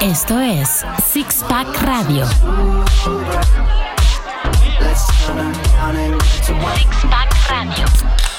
Esto es Six Pack Radio. Six Pack Radio.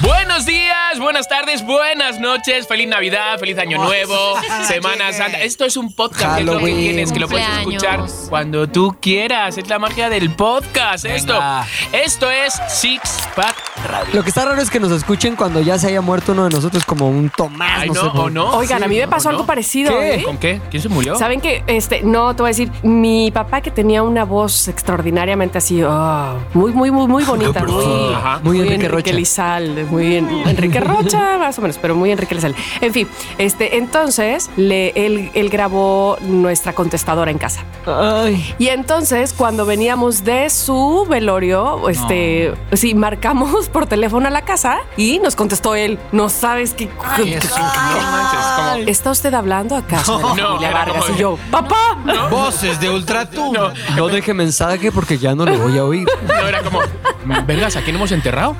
Buenos días, buenas tardes, buenas noches, feliz Navidad, feliz Año Nuevo, Semana Santa. Esto es un podcast, que es lo que Halloween. tienes, que lo puedes escuchar Cumpleaños. cuando tú quieras. Es la magia del podcast. Esto, Venga. esto es Six Pack Radio. Lo que está raro es que nos escuchen cuando ya se haya muerto uno de nosotros como un Tomás. Ay, no, no, sé, o no. Oigan, Sí, a mí me ¿no? pasó ¿O algo no? parecido. ¿Qué? ¿eh? ¿Con qué? ¿Quién se murió? ¿Saben que Este, no, te voy a decir, mi papá que tenía una voz extraordinariamente así, ah, muy, muy, muy, muy bonita. muy, Ajá. Muy Enrique Rocha. Lizalde, muy en- Enrique Rocha, más o menos, pero muy Enrique Lizalde. En fin, este, entonces le, él, él grabó nuestra contestadora en casa. Ay, Y entonces, cuando veníamos de su velorio, este, sí, marcamos por teléfono a la casa y nos contestó él. No sabes qué. Eso, no manches, como- ¿Está usted hablando acaso? de la No, familia era Vargas? como- Y yo, ¡papá! Voces de Ultratú. no, no deje mensaje porque ya no le voy a oír. no, era como, vergas, ¿a quién hemos enterrado?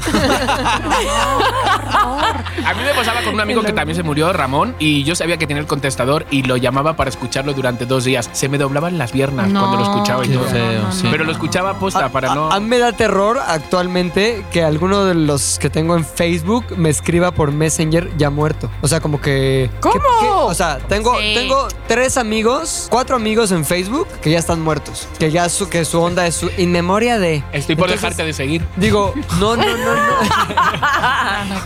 A mí me pasaba con un amigo que también se murió, Ramón, y yo sabía que tenía el contestador y lo llamaba para escucharlo durante dos días. Se me doblaban las piernas No. cuando lo escuchaba y Qué todo. feo, sí. Pero lo escuchaba posta para A- no. A, mí me da terror actualmente que alguno de los que tengo en Facebook me escriba por Messenger ya muerto. O sea, como que. ¿Cómo? ¿qué- qué? O sea, tengo, Sí. tengo tres amigos, cuatro amigos en Facebook que ya están muertos. Que ya su, que su onda es su inmemoria de. Estoy por Entonces, dejarte de seguir. Digo, no, no, no, no.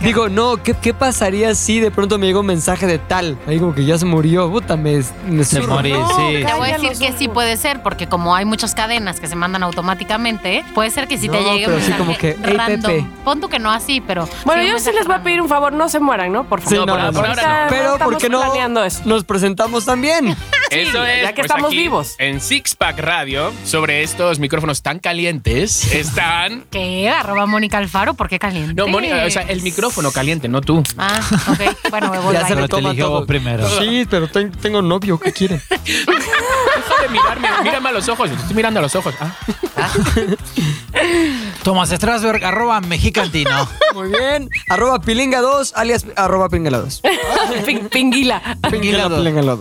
Digo, no, ¿qué, qué pasaría si de pronto me llega un mensaje de tal? Ahí como que ya se murió, puta, me, me Se zurro. morí, sí. No, Te voy a Ay, ya decir los que sí ojos. puede ser, porque como hay muchas cadenas que se mandan automáticamente, puede ser que sí te No, llegue un pero sí mensaje como que, "Hey, random". Pepe. Pon tú que no así, pero... Bueno, sí, un yo sí mensaje les voy a pedir un favor, no se mueran, ¿no? Por Sí, favor. no, por no, ahora no. no. Pero estamos ¿por qué no planeando eso. nos presentamos también? Eso es. pues, ya que estamos vivos. En Six Pack Radio, sobre estos micrófonos tan calientes, están. random. ¿Qué? Arroba Mónica Alfaro, ¿por qué caliente? No, Mónica, o sea, el micrófono caliente, no tú. Ah, ok. Bueno, me voy Ya bye. se Pero lo te toman eligió todo. primero. Sí, pero ten- tengo novio, ¿qué quieren? Deja de mirarme, mírame a los ojos. Estoy mirando a los ojos. Ah. Tomás Strasberg, arroba mexicantino. Muy bien. Arroba pilinga 2, alias arroba pilinga 2. Pin- Pinguila. Pilinga dos. pilinga 2.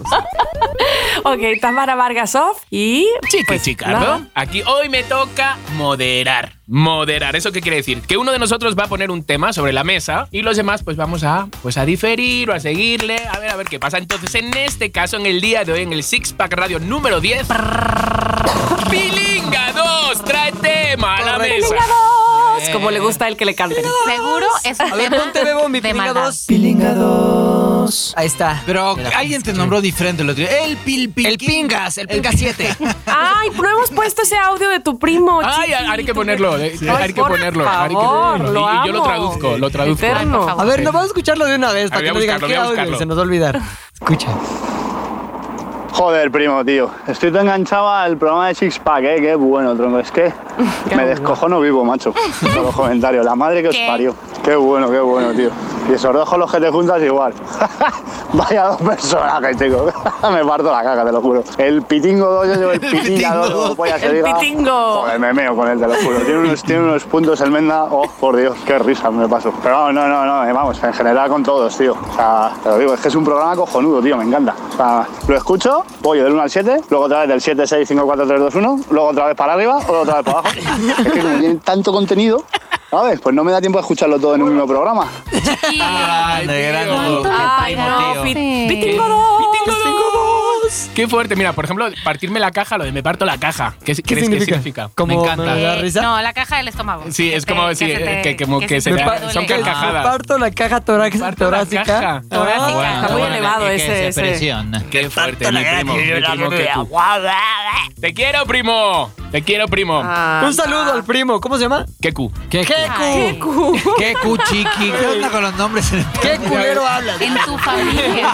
ok, Tamara Vargasov y. Chica y pues, chica, nada. ¿no? Aquí hoy me toca moderar. Moderar, ¿eso qué quiere decir? Que uno de nosotros va a poner un tema sobre la mesa y los demás pues vamos a, pues a diferir o a seguirle, a ver, a ver qué pasa. Entonces, en este caso, en el día de hoy, en el Six Pack Radio número 10, Pilinga 2 trae tema a la Correcto. mesa. Pilinga dos, Como le gusta el que le canten. Seguro es un A ver, tema ponte bebo mi de pilinga maldad. 2. Pilinga 2. Ahí está. Pero Mira, alguien te nombró diferente el otro día. El pil, Pil- El pingas, el pingas 7. Ay, no hemos puesto ese audio de tu primo. Ay, chiquito. hay que ponerlo, eh, Ay, hay que por ponerlo, hay que favor, ponerlo. lo Y- y yo lo amo. traduzco, lo traduzco. Eterno. Ay, por favor. A ver, no vamos a escucharlo de una vez Ah, para voy a que no digan buscarlo, qué voy a audio, buscarlo. se nos va a olvidar. Escucha. Joder, primo, tío. Estoy tan enganchado al programa de Six Pack, ¿eh? Qué bueno, tronco. Es que me descojono vivo, macho. Con los comentarios. La madre que os ¿Qué? parió. Qué bueno, qué bueno, tío. Y esos dos con los que te juntas igual. Vaya dos personajes, chico. me parto la caca, te lo juro. El pitingo 2, yo llevo el pitinga 2. como polla se El diga. pitingo. Joder, me meo con él, te lo juro. Tiene unos, tiene unos puntos el Menda. Oh, por Dios, qué risa me paso. Pero vamos, no, no, no. eh, Vamos, en general con todos, tío. O sea, te lo digo, es que es un programa cojonudo, tío. Me encanta. O sea, lo escucho, pollo del 1 al 7, luego otra vez del 7, 6, 5, 4, 3, 2, 1, luego otra vez para arriba, luego otra vez para abajo. Es que como tiene tanto contenido, ¿sabes? Pues no me da tiempo de escucharlo todo en un mismo programa. Y- Ay, de gran ¿Cuánto tu le Ay, primo, no, tío. Pit- Sí. Pitingo dos. Qué fuerte, mira, por ejemplo, partirme la caja, lo de me parto la caja. ¿Qué, crees que significa? Como Me encanta. me da Eh, risa. No, la caja del estómago. Sí, es como te- si- eh, se te- que- como que se te da- par- son duele. me carcajadas. parto la caja torax- parto la torácica. Ah, caja. Torácica. Está muy elevado Ah, que- que ese- se ese. presiona. Qué fuerte, mi primo. mi primo que tú. Te quiero, primo. Te quiero, primo. Ah, Un saludo al primo, ¿cómo se llama? Qué cu. ¿Qué, Ay, qué cuchiqui? ¿Qué onda con los nombres? ¿Qué culero hablas? En tu familia.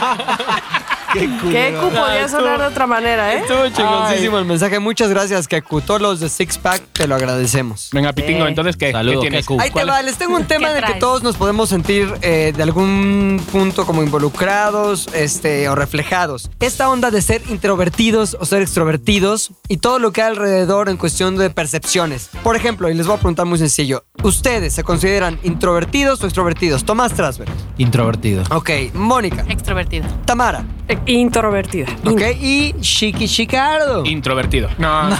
Qué cu podía sonar de otra manera, ¿eh? Estuvo chingoncísimo el mensaje. Muchas gracias, Keku. Todos los de Six Pack te lo agradecemos. Venga, Pitingo, entonces, ¿qué, ¿qué Saludos, tienes? qué cu. Ahí te ¿Cuál- va, les tengo un tema ¿Qué en el que traes? todos nos podemos sentir eh, de algún punto como involucrados este, o reflejados. Esta onda de ser introvertidos o ser extrovertidos y todo lo que hay alrededor en cuestión de percepciones. Por ejemplo, y les voy a preguntar muy sencillo, ¿Ustedes se consideran introvertidos o extrovertidos? Tomás Trasberg. Introvertido. Ok, Mónica. Extrovertido. Tamara. Eh, Introvertida. Ok, y Chiqui Chicardo. Introvertido. No.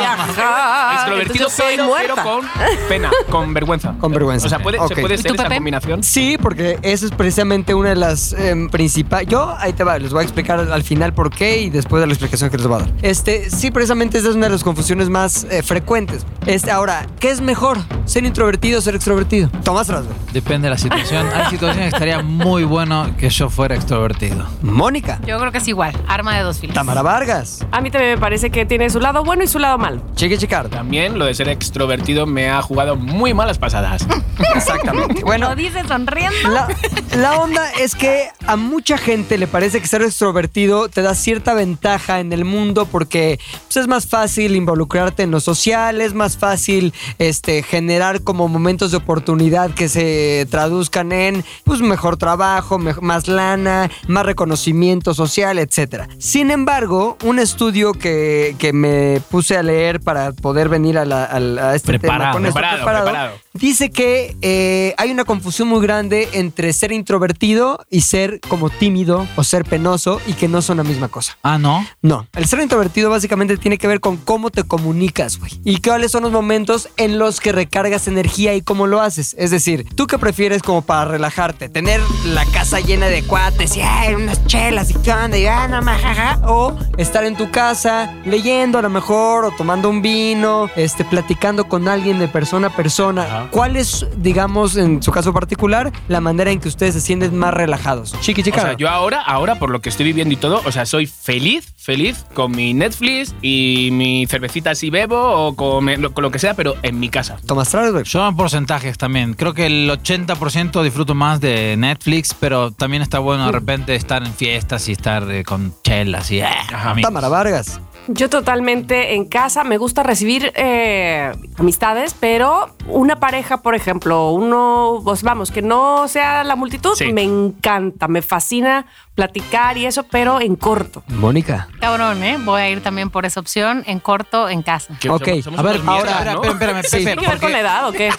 Ajá. Extrovertido, ah, Entonces soy pero, pero muerta. con pena, con vergüenza. Con vergüenza. O sea, puede, Ok. se puede ¿Y tú, ser esa Pepe? combinación. Sí, porque esa es precisamente una de las principales. Yo, ahí te va, les voy a explicar al, al final por qué y después de la explicación que les voy a dar. Este, sí, precisamente esa es una de las confusiones más eh, frecuentes. Este, ahora, ¿qué es mejor? ¿Ser introvertido o ser extrovertido? Tomás Rasberg. Depende de la situación. Hay situaciones que estaría muy bueno que yo fuera extrovertido. Mónica. Yo creo que es igual. Arma de dos filos. Tamara Vargas. A mí también me parece que tiene su lado bueno y su lado malo. Cheque Chicardo. También lo de ser extrovertido me ha jugado muy malas pasadas. Exactamente. Lo Bueno. dice sonriendo. La, la onda es que a mucha gente le parece que ser extrovertido te da cierta ventaja en el mundo porque pues, es más fácil involucrarte en lo social, es más fácil este, generar como momentos de oportunidad que se traduzcan en pues, mejor trabajo, mej- más lana, más reconocimiento social, etc. Sin embargo, un estudio que, que me puse a leer para poder venir a, la- a la- a este tema Preparado, con esto preparado, preparado. Dice que eh, hay una confusión muy grande entre ser introvertido y ser como tímido o ser penoso y que no son la misma cosa. Ah, ¿no? No, el ser introvertido básicamente tiene que ver con cómo te comunicas, güey. Y cuáles son los momentos en los que recargas energía y cómo lo haces. Es decir, ¿tú qué prefieres como para relajarte? ¿Tener la casa llena de cuates y ay, unas chelas y qué onda? Y, ah, no, ma, ja, ja"? O estar en tu casa leyendo a lo mejor o tomando un vino, este, platicando con alguien de persona a persona. ¿Cuál es, digamos, en su caso particular, la manera en que ustedes se sienten más relajados? Chiqui, O chica. sea, yo ahora, ahora por lo que estoy viviendo y todo, o sea, soy feliz, feliz con mi Netflix y mi cervecita si bebo o con me- lo, con lo que sea, pero en mi casa. Tomás Travis, güey. Yo en porcentajes también. Creo que el 80% disfruto más de Netflix, pero también está bueno de repente estar en fiestas y estar eh, con chelas y... eh, amigos. Tamara Vargas. Yo totalmente en casa, me gusta recibir eh, amistades, pero una pareja, por ejemplo, uno, pues vamos, que no sea la multitud, Sí. me encanta, me fascina platicar y eso, pero en corto. Mónica. Cabrón, ¿eh? Voy a ir también por esa opción en corto, en casa. Que Ok, A ver, unos ahora, mierdas, espera, ¿no? espera, espérame, Sí. Pepe, ¿Tiene que ver con la porque edad o qué?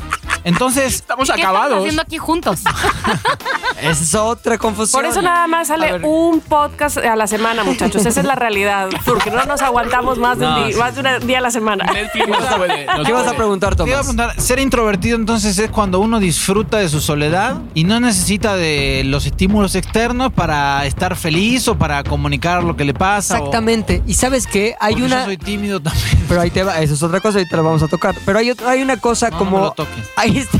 entonces... Estamos ¿Qué estamos acabados. haciendo aquí juntos? Esa es otra confusión. Por eso nada más A sale ver. un podcast a la semana, muchachos. Esa es la realidad, porque no nos aguantamos más de, un No, di- sí, más de un día a la semana. Netflix nos puede- nos ¿Qué vas a puede. preguntar, Te iba a Tomás? preguntar, ser introvertido entonces es cuando uno disfruta de su soledad y no necesita de los estímulos externos para estar feliz o para comunicar lo que le pasa. o- Exactamente. Y sabes qué, hay porque una... Yo soy tímido también. Pero ahí te va, eso es otra cosa, ahorita la vamos a tocar. Pero hay, otra- hay una cosa No, no como... me lo toques. Ahí está.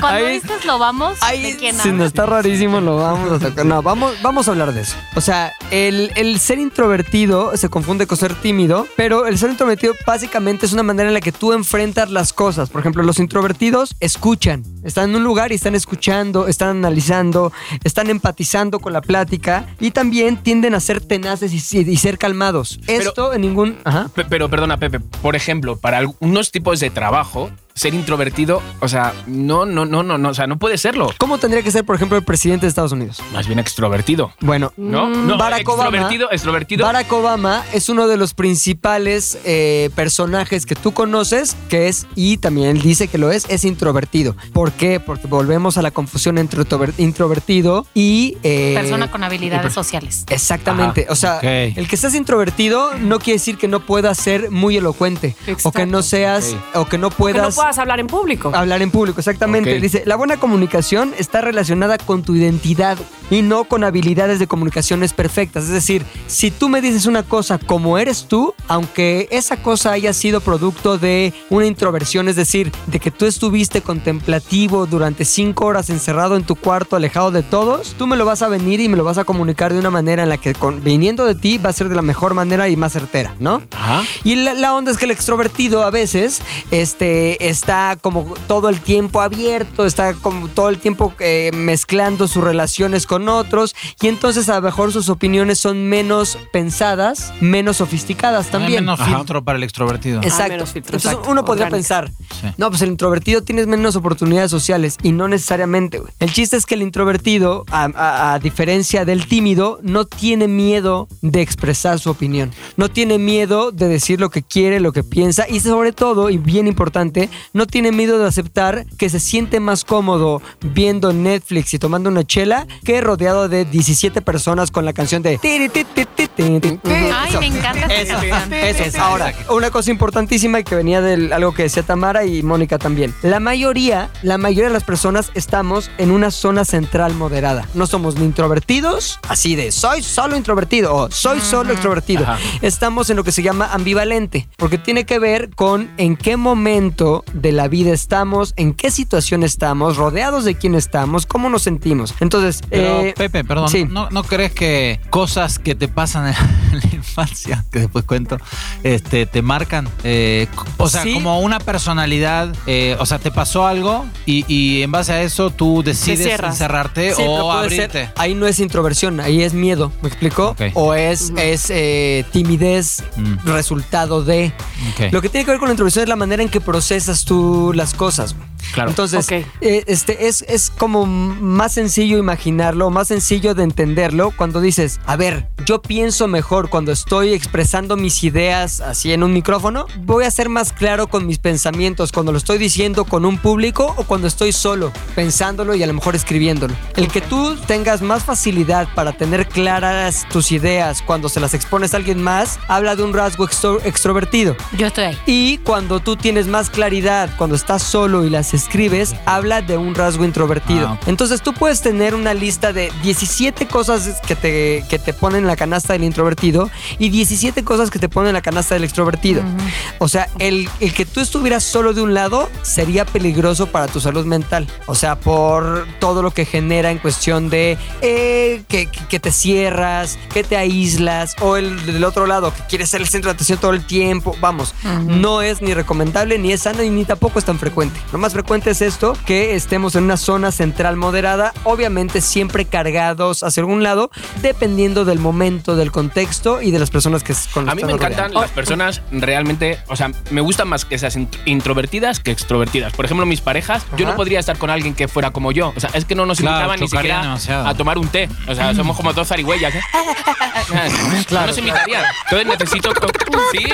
Cuando Ahí- dices lo vamos, Ahí ¿de quién si no hablas? está rarísimo, lo vamos a tocar. No, vamos, vamos a hablar de eso. O sea, el, el ser introvertido se confunde con ser tímido, pero el ser introvertido básicamente es una manera en la que tú enfrentas las cosas. Por ejemplo, los introvertidos escuchan, están en un lugar y están escuchando, están analizando, están empatizando con la plática y también tienden a ser tenaces y, y ser calmados. Pero- Esto en ningún... Ajá. Pe- Pero perdona, Pepe, por ejemplo, para algunos tipos de trabajo, ser introvertido, o sea, no, no, no, no, no, o sea, no puede serlo. ¿Cómo tendría que ser, por ejemplo, el presidente de Estados Unidos? Más bien extrovertido. Bueno, ¿No? no Mm, Barack Obama. extrovertido, extrovertido. Barack Obama es uno de los principales eh, personajes que tú conoces, que es, y también él dice que lo es, es introvertido. ¿Por qué? Porque volvemos a la confusión entre introver- introvertido y... eh, Persona con habilidades pues. sociales. Exactamente. Ajá, o sea, ok. el que seas introvertido no quiere decir que no puedas ser muy elocuente. O que no Exacto. seas, o que no Que no puedas Ah, puedas hablar en público. Hablar en público, exactamente. Ok. Dice, la buena comunicación está relacionada con tu identidad y no con habilidades de comunicaciones perfectas. Es decir, si tú me dices una cosa como eres tú, aunque esa cosa haya sido producto de una introversión, es decir, de que tú estuviste contemplativo durante cinco horas encerrado en tu cuarto, alejado de todos, tú me lo vas a venir y me lo vas a comunicar de una manera en la que con- viniendo de ti va a ser de la mejor manera y más certera, ¿no? Ajá. Y la, la onda es que el extrovertido a veces este, está como todo el tiempo abierto, está como todo el tiempo eh, mezclando sus relaciones con con otros y entonces a lo mejor sus opiniones son menos pensadas, menos sofisticadas También. también. Ah, menos Ajá. filtro para el extrovertido. Exacto. Ah, menos filtro, Entonces exacto, uno podría orgánico. pensar, Sí. no, pues el introvertido tienes menos oportunidades sociales y no necesariamente, güey. El chiste es que el introvertido, a, a- a diferencia del tímido, no tiene miedo de expresar su opinión, no tiene miedo de decir lo que quiere, lo que piensa y sobre todo, y bien importante, no tiene miedo de aceptar que se siente más cómodo viendo Netflix y tomando una chela que rodeado de 17 personas con la canción de... tiri, ti, ti, ti, ti, ti, ti. Ay, me encanta esta Eso, canción. eso es. Ahora, una cosa importantísima que venía de algo que decía Tamara y Mónica también. La mayoría, la mayoría de las personas estamos en una zona central moderada. No somos ni introvertidos, así de soy solo introvertido o soy solo extrovertido. Estamos en lo que se llama ambivalente, porque tiene que ver con en qué momento de la vida estamos, en qué situación estamos, rodeados de quién estamos, cómo nos sentimos. Entonces, Pero, eh, Pepe, perdón, sí. ¿no, ¿no crees que cosas que te pasan en la infancia, que después cuento, este, te marcan? Eh, c- o sea, Sí. como una personalidad, eh, o sea, te pasó algo y, y en base a eso tú decides cierras. encerrarte Sí, pero o puede ser- abrirte. ahí no es introversión, ahí es miedo, ¿me explico? Ok. O es, es eh, timidez, Mm. resultado de. Ok. Lo que tiene que ver con la introversión es la manera en que procesas tú las cosas. güey. Claro. Entonces, Ok. eh, este, es, es como más sencillo imaginarlo, más sencillo de entenderlo cuando dices, a ver, yo pienso mejor cuando estoy expresando mis ideas así en un micrófono, voy a ser más claro con mis pensamientos cuando lo estoy diciendo con un público o cuando estoy solo, pensándolo y a lo mejor escribiéndolo. El que tú tengas más facilidad para tener claras tus ideas cuando se las expones a alguien más, habla de un rasgo extro- extrovertido. Yo estoy ahí. Y cuando tú tienes más claridad, cuando estás solo y las escribes, habla de un rasgo introvertido. Ah, ok. Entonces tú puedes tener una lista de 17 cosas que te, que te ponen en la canasta del introvertido y 17 cosas que te ponen en la canasta del extrovertido. O sea, el, el que tú estuvieras solo de un lado sería peligroso para tu salud mental. O sea, por todo lo que genera en cuestión de eh, que, que- que te cierras, que te aíslas, o el del otro lado, que quieres ser el centro de atención todo el tiempo. Vamos, no es ni recomendable, ni es sano y ni tampoco es tan frecuente. Lo más frecuente es esto, que estemos en una zona central moderada, obviamente siempre cargados hacia algún lado, dependiendo del momento, del contexto y de las personas que s- con las A mí que me nos encantan rodean. las personas realmente, o sea, me gustan más que seas int- introvertidas que extrovertidas. Por ejemplo, mis parejas, yo Ajá. no podría estar con alguien que fuera como yo. O sea, es que no nos Claro, invitaban ni chocarían siquiera demasiado. a tomar un té. O Mm. sea, somos como dos zarigüeyas. ¿eh? Ah, no nos invitarían. Entonces necesito. co- Sí,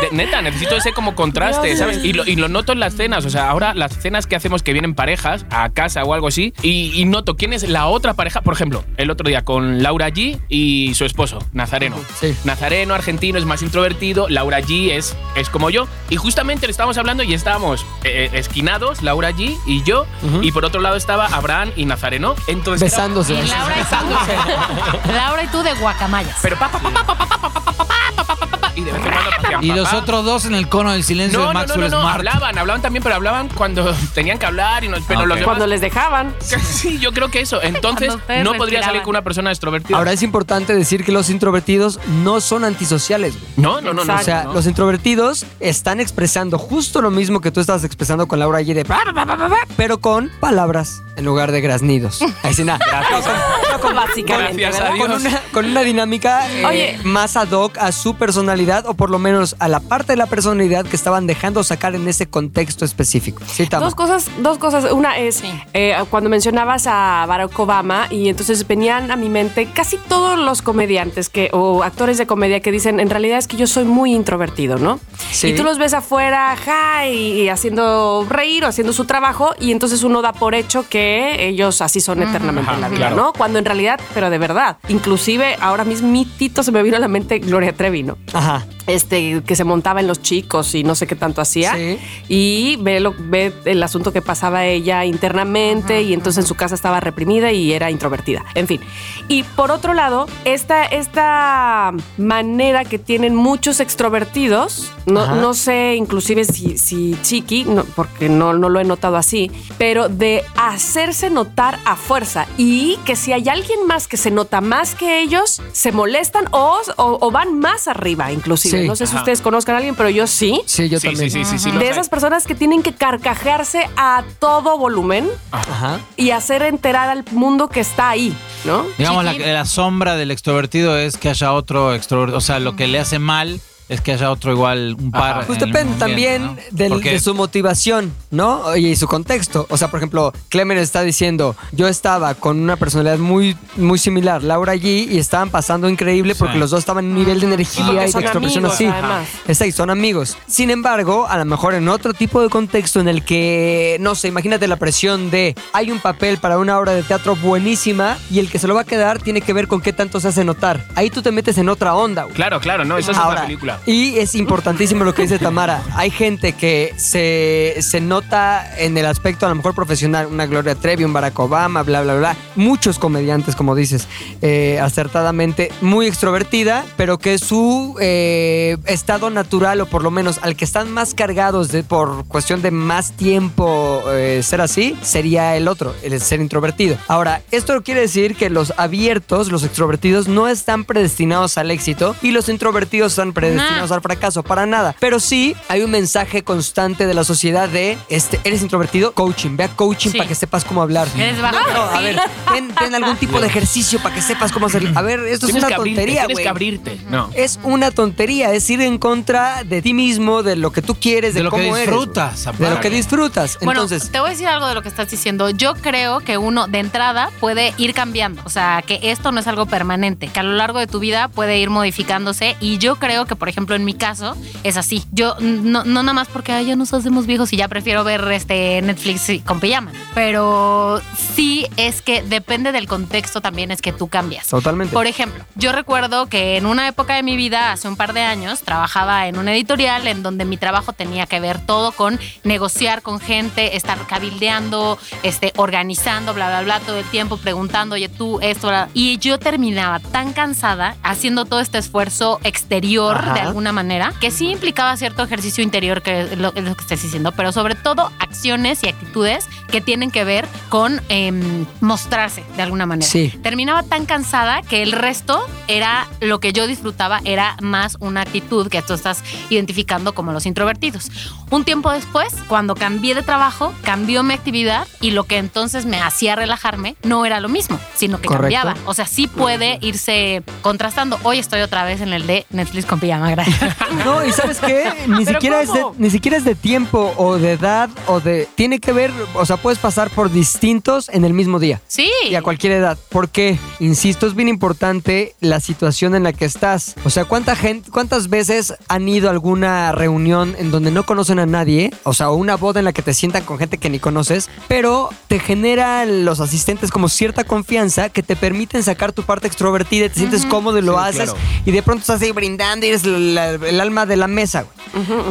de- neta, necesito ese como contraste, ¿sabes? Y lo, y lo noto en las cenas. O sea, ahora las cenas que hacemos que vienen parejas a casa o algo así, y, y noto quién es la otra pareja. Por ejemplo, el otro día con Laura G y su esposo, Nazareno. Sí. Nazareno, argentino, es más introvertido. Laura G es, es como yo. Y justamente le estábamos hablando y estábamos eh, eh, esquinados, Laura G y yo. Y por otro lado estaba Abraham y Nazareno. Entonces. era- Besándose. Y Laura y tú. Laura y tú de guacamayas. pero pa, pa, pa, pa, pa, pa, pa, pa, pa, pa, pa, pa, pa, pa, pa, y de vez en cuando hacían Y pa, los pa. otros dos en el cono del silencio No, de no, no, Maxwell no, no, Smart. hablaban, hablaban también, pero hablaban cuando tenían que hablar y no, pero Ah, los ok. demás- Cuando les dejaban. Sí, yo creo que eso. Entonces, Cuando ustedes no podría respiraban. salir con una persona extrovertida. Ahora es importante decir que los introvertidos no son antisociales, güey. no, no, no, no. O sea, no. los introvertidos están expresando justo lo mismo que tú estabas expresando con Laura allí de "Bah, bah, bah, bah, bah", pero con palabras en lugar de graznidos. Ahí sí, nada. No, con- no, con- Básicamente, Gracias a ¿verdad? Dios. con una, con una dinámica eh, Oye. más ad hoc a su personalidad o por lo menos a la parte de la personalidad que estaban dejando sacar en ese contexto específico. Sí, Tama. Dos cosas, dos cosas. Una es Sí. eh, cuando mencionabas a Barack Obama y entonces venían a mi mente casi todos los comediantes que o actores de comedia que dicen en realidad es que yo soy muy introvertido, ¿no? Sí. Y tú los ves afuera, ja, y, y haciendo reír o haciendo su trabajo y entonces uno da por hecho que ellos así son eternamente Ajá, en la vida, claro. ¿no? Cuando en realidad, pero de verdad, inclusive ahora mismitito se me vino a la mente Gloria Trevi, ¿no? Ajá. este que se montaba en los chicos y no sé qué tanto hacía Sí. y ve lo ve el asunto que pasaba ella internamente y entonces en su casa estaba reprimida y era introvertida en fin y por otro lado esta esta manera que tienen muchos extrovertidos Ajá. no, no sé inclusive si, si chiqui no, porque no, no lo he notado así pero de hacerse notar a fuerza y que si hay alguien más que se nota más que ellos se molestan o, o- o van más arriba inclusive Sí. no sé si Ajá. ustedes conozcan a alguien pero yo sí Sí, yo Sí, también. sí, sí, sí, sí, los de hay. esas personas que tienen que carcajearse a todo volumen Ajá. y hacer enterar al mundo que está ahí. ¿no? Digamos, la, Chiquín. la sombra del extrovertido es que haya otro extrovertido. O sea, lo que le hace mal es que haya otro igual, un par. Ajá. en Pues el depende también ambiente, ¿no? del- Porque- de su motivación, ¿no? Y su contexto. O sea, por ejemplo, Clemen está diciendo, yo estaba con una personalidad muy, muy similar, Laura allí, y estaban pasando increíble porque Sí. los dos estaban en un nivel de energía porque y de son extroversión amigos, así. además. Exacto, son amigos. Sin embargo, a lo mejor en otro tipo de contexto en el que, no sé, imagínate la presión de hay un papel para una obra de teatro buenísima y el que se lo va a quedar tiene que ver con qué tanto se hace notar. Ahí tú te metes en otra onda, güey. Claro, claro, no, esa es Ahora, otra película. Y es importantísimo lo que dice Tamara. Hay gente que se, se nota en el aspecto a lo mejor profesional, una Gloria Trevi, un Barack Obama, bla, bla, bla. Muchos comediantes, como dices, eh, acertadamente, muy extrovertida, pero que su eh, estado natural, o por lo menos al que están más cargados de, por cuestión de más tiempo eh, ser así, sería el otro, el ser introvertido. Ahora, esto quiere decir que los abiertos, los extrovertidos, no están predestinados al éxito y los introvertidos están predestinados al fracaso, para nada. Pero sí hay un mensaje constante de la sociedad de, este, eres introvertido, coaching, ve a coaching Sí. para que sepas cómo hablar. Eres bajo No, no, a perfil. ver, ten, ten algún tipo de ejercicio para que sepas cómo hacerlo. A ver, esto es Tienes una que abrirte, tontería, Tienes güey. que abrirte. No. Es una tontería, es ir en contra de ti mismo, de lo que tú quieres, de, De lo que cómo eres, disfrutas, güey. de lo aparte. que disfrutas. Bueno, Entonces, te voy a decir algo de lo que estás diciendo. Yo creo que uno de entrada puede ir cambiando, o sea, que esto no es algo permanente, que a lo largo de tu vida puede ir modificándose y yo creo que, por ejemplo, en mi caso es así. Yo no, no nada más porque "Ay, ya nos hacemos viejos y ya prefiero ver este Netflix y- con pijama, pero sí es que depende del contexto también es que tú cambias. totalmente. Por ejemplo, yo recuerdo que en una época de mi vida, hace un par de años, trabajaba en una editorial en donde mi trabajo tenía que ver todo con negociar con gente, estar cabildeando, este, organizando, bla, bla, bla, todo el tiempo, preguntando, oye, tú, esto, bla. Y yo terminaba tan cansada haciendo todo este esfuerzo exterior Ajá. de alguna manera, que sí implicaba cierto ejercicio interior, que es lo, es lo que estás diciendo, pero sobre todo acciones y actitudes que tienen que ver con em, mostrarse de alguna manera Sí. terminaba tan cansada que el resto era lo que yo disfrutaba, era más una actitud que tú estás identificando como los introvertidos. Un tiempo después, cuando cambié de trabajo, cambió mi actividad y lo que entonces me hacía relajarme no era lo mismo, sino que Correcto. cambiaba. O sea, sí puede irse contrastando. Hoy estoy otra vez en el de Netflix con pijama, gracias. No, y ¿sabes qué? Ni ¿Pero siquiera, es de, cómo? ni siquiera es de tiempo o de edad o de... Tiene que ver, o sea, puedes pasar por distintos en el mismo día. Sí. Y a cualquier edad. Porque, insisto, es bien importante la situación en la que estás. O sea, ¿cuánta gente, cuántas veces han ido a alguna reunión en donde no conocen a nadie? O sea, o una boda en la que te sientan con gente que ni conoces, pero te generan los asistentes como cierta confianza que te permiten sacar tu parte extrovertida, y te sientes cómodo y lo haces. Y de pronto estás ahí brindando y eres la- la- el alma de la mesa,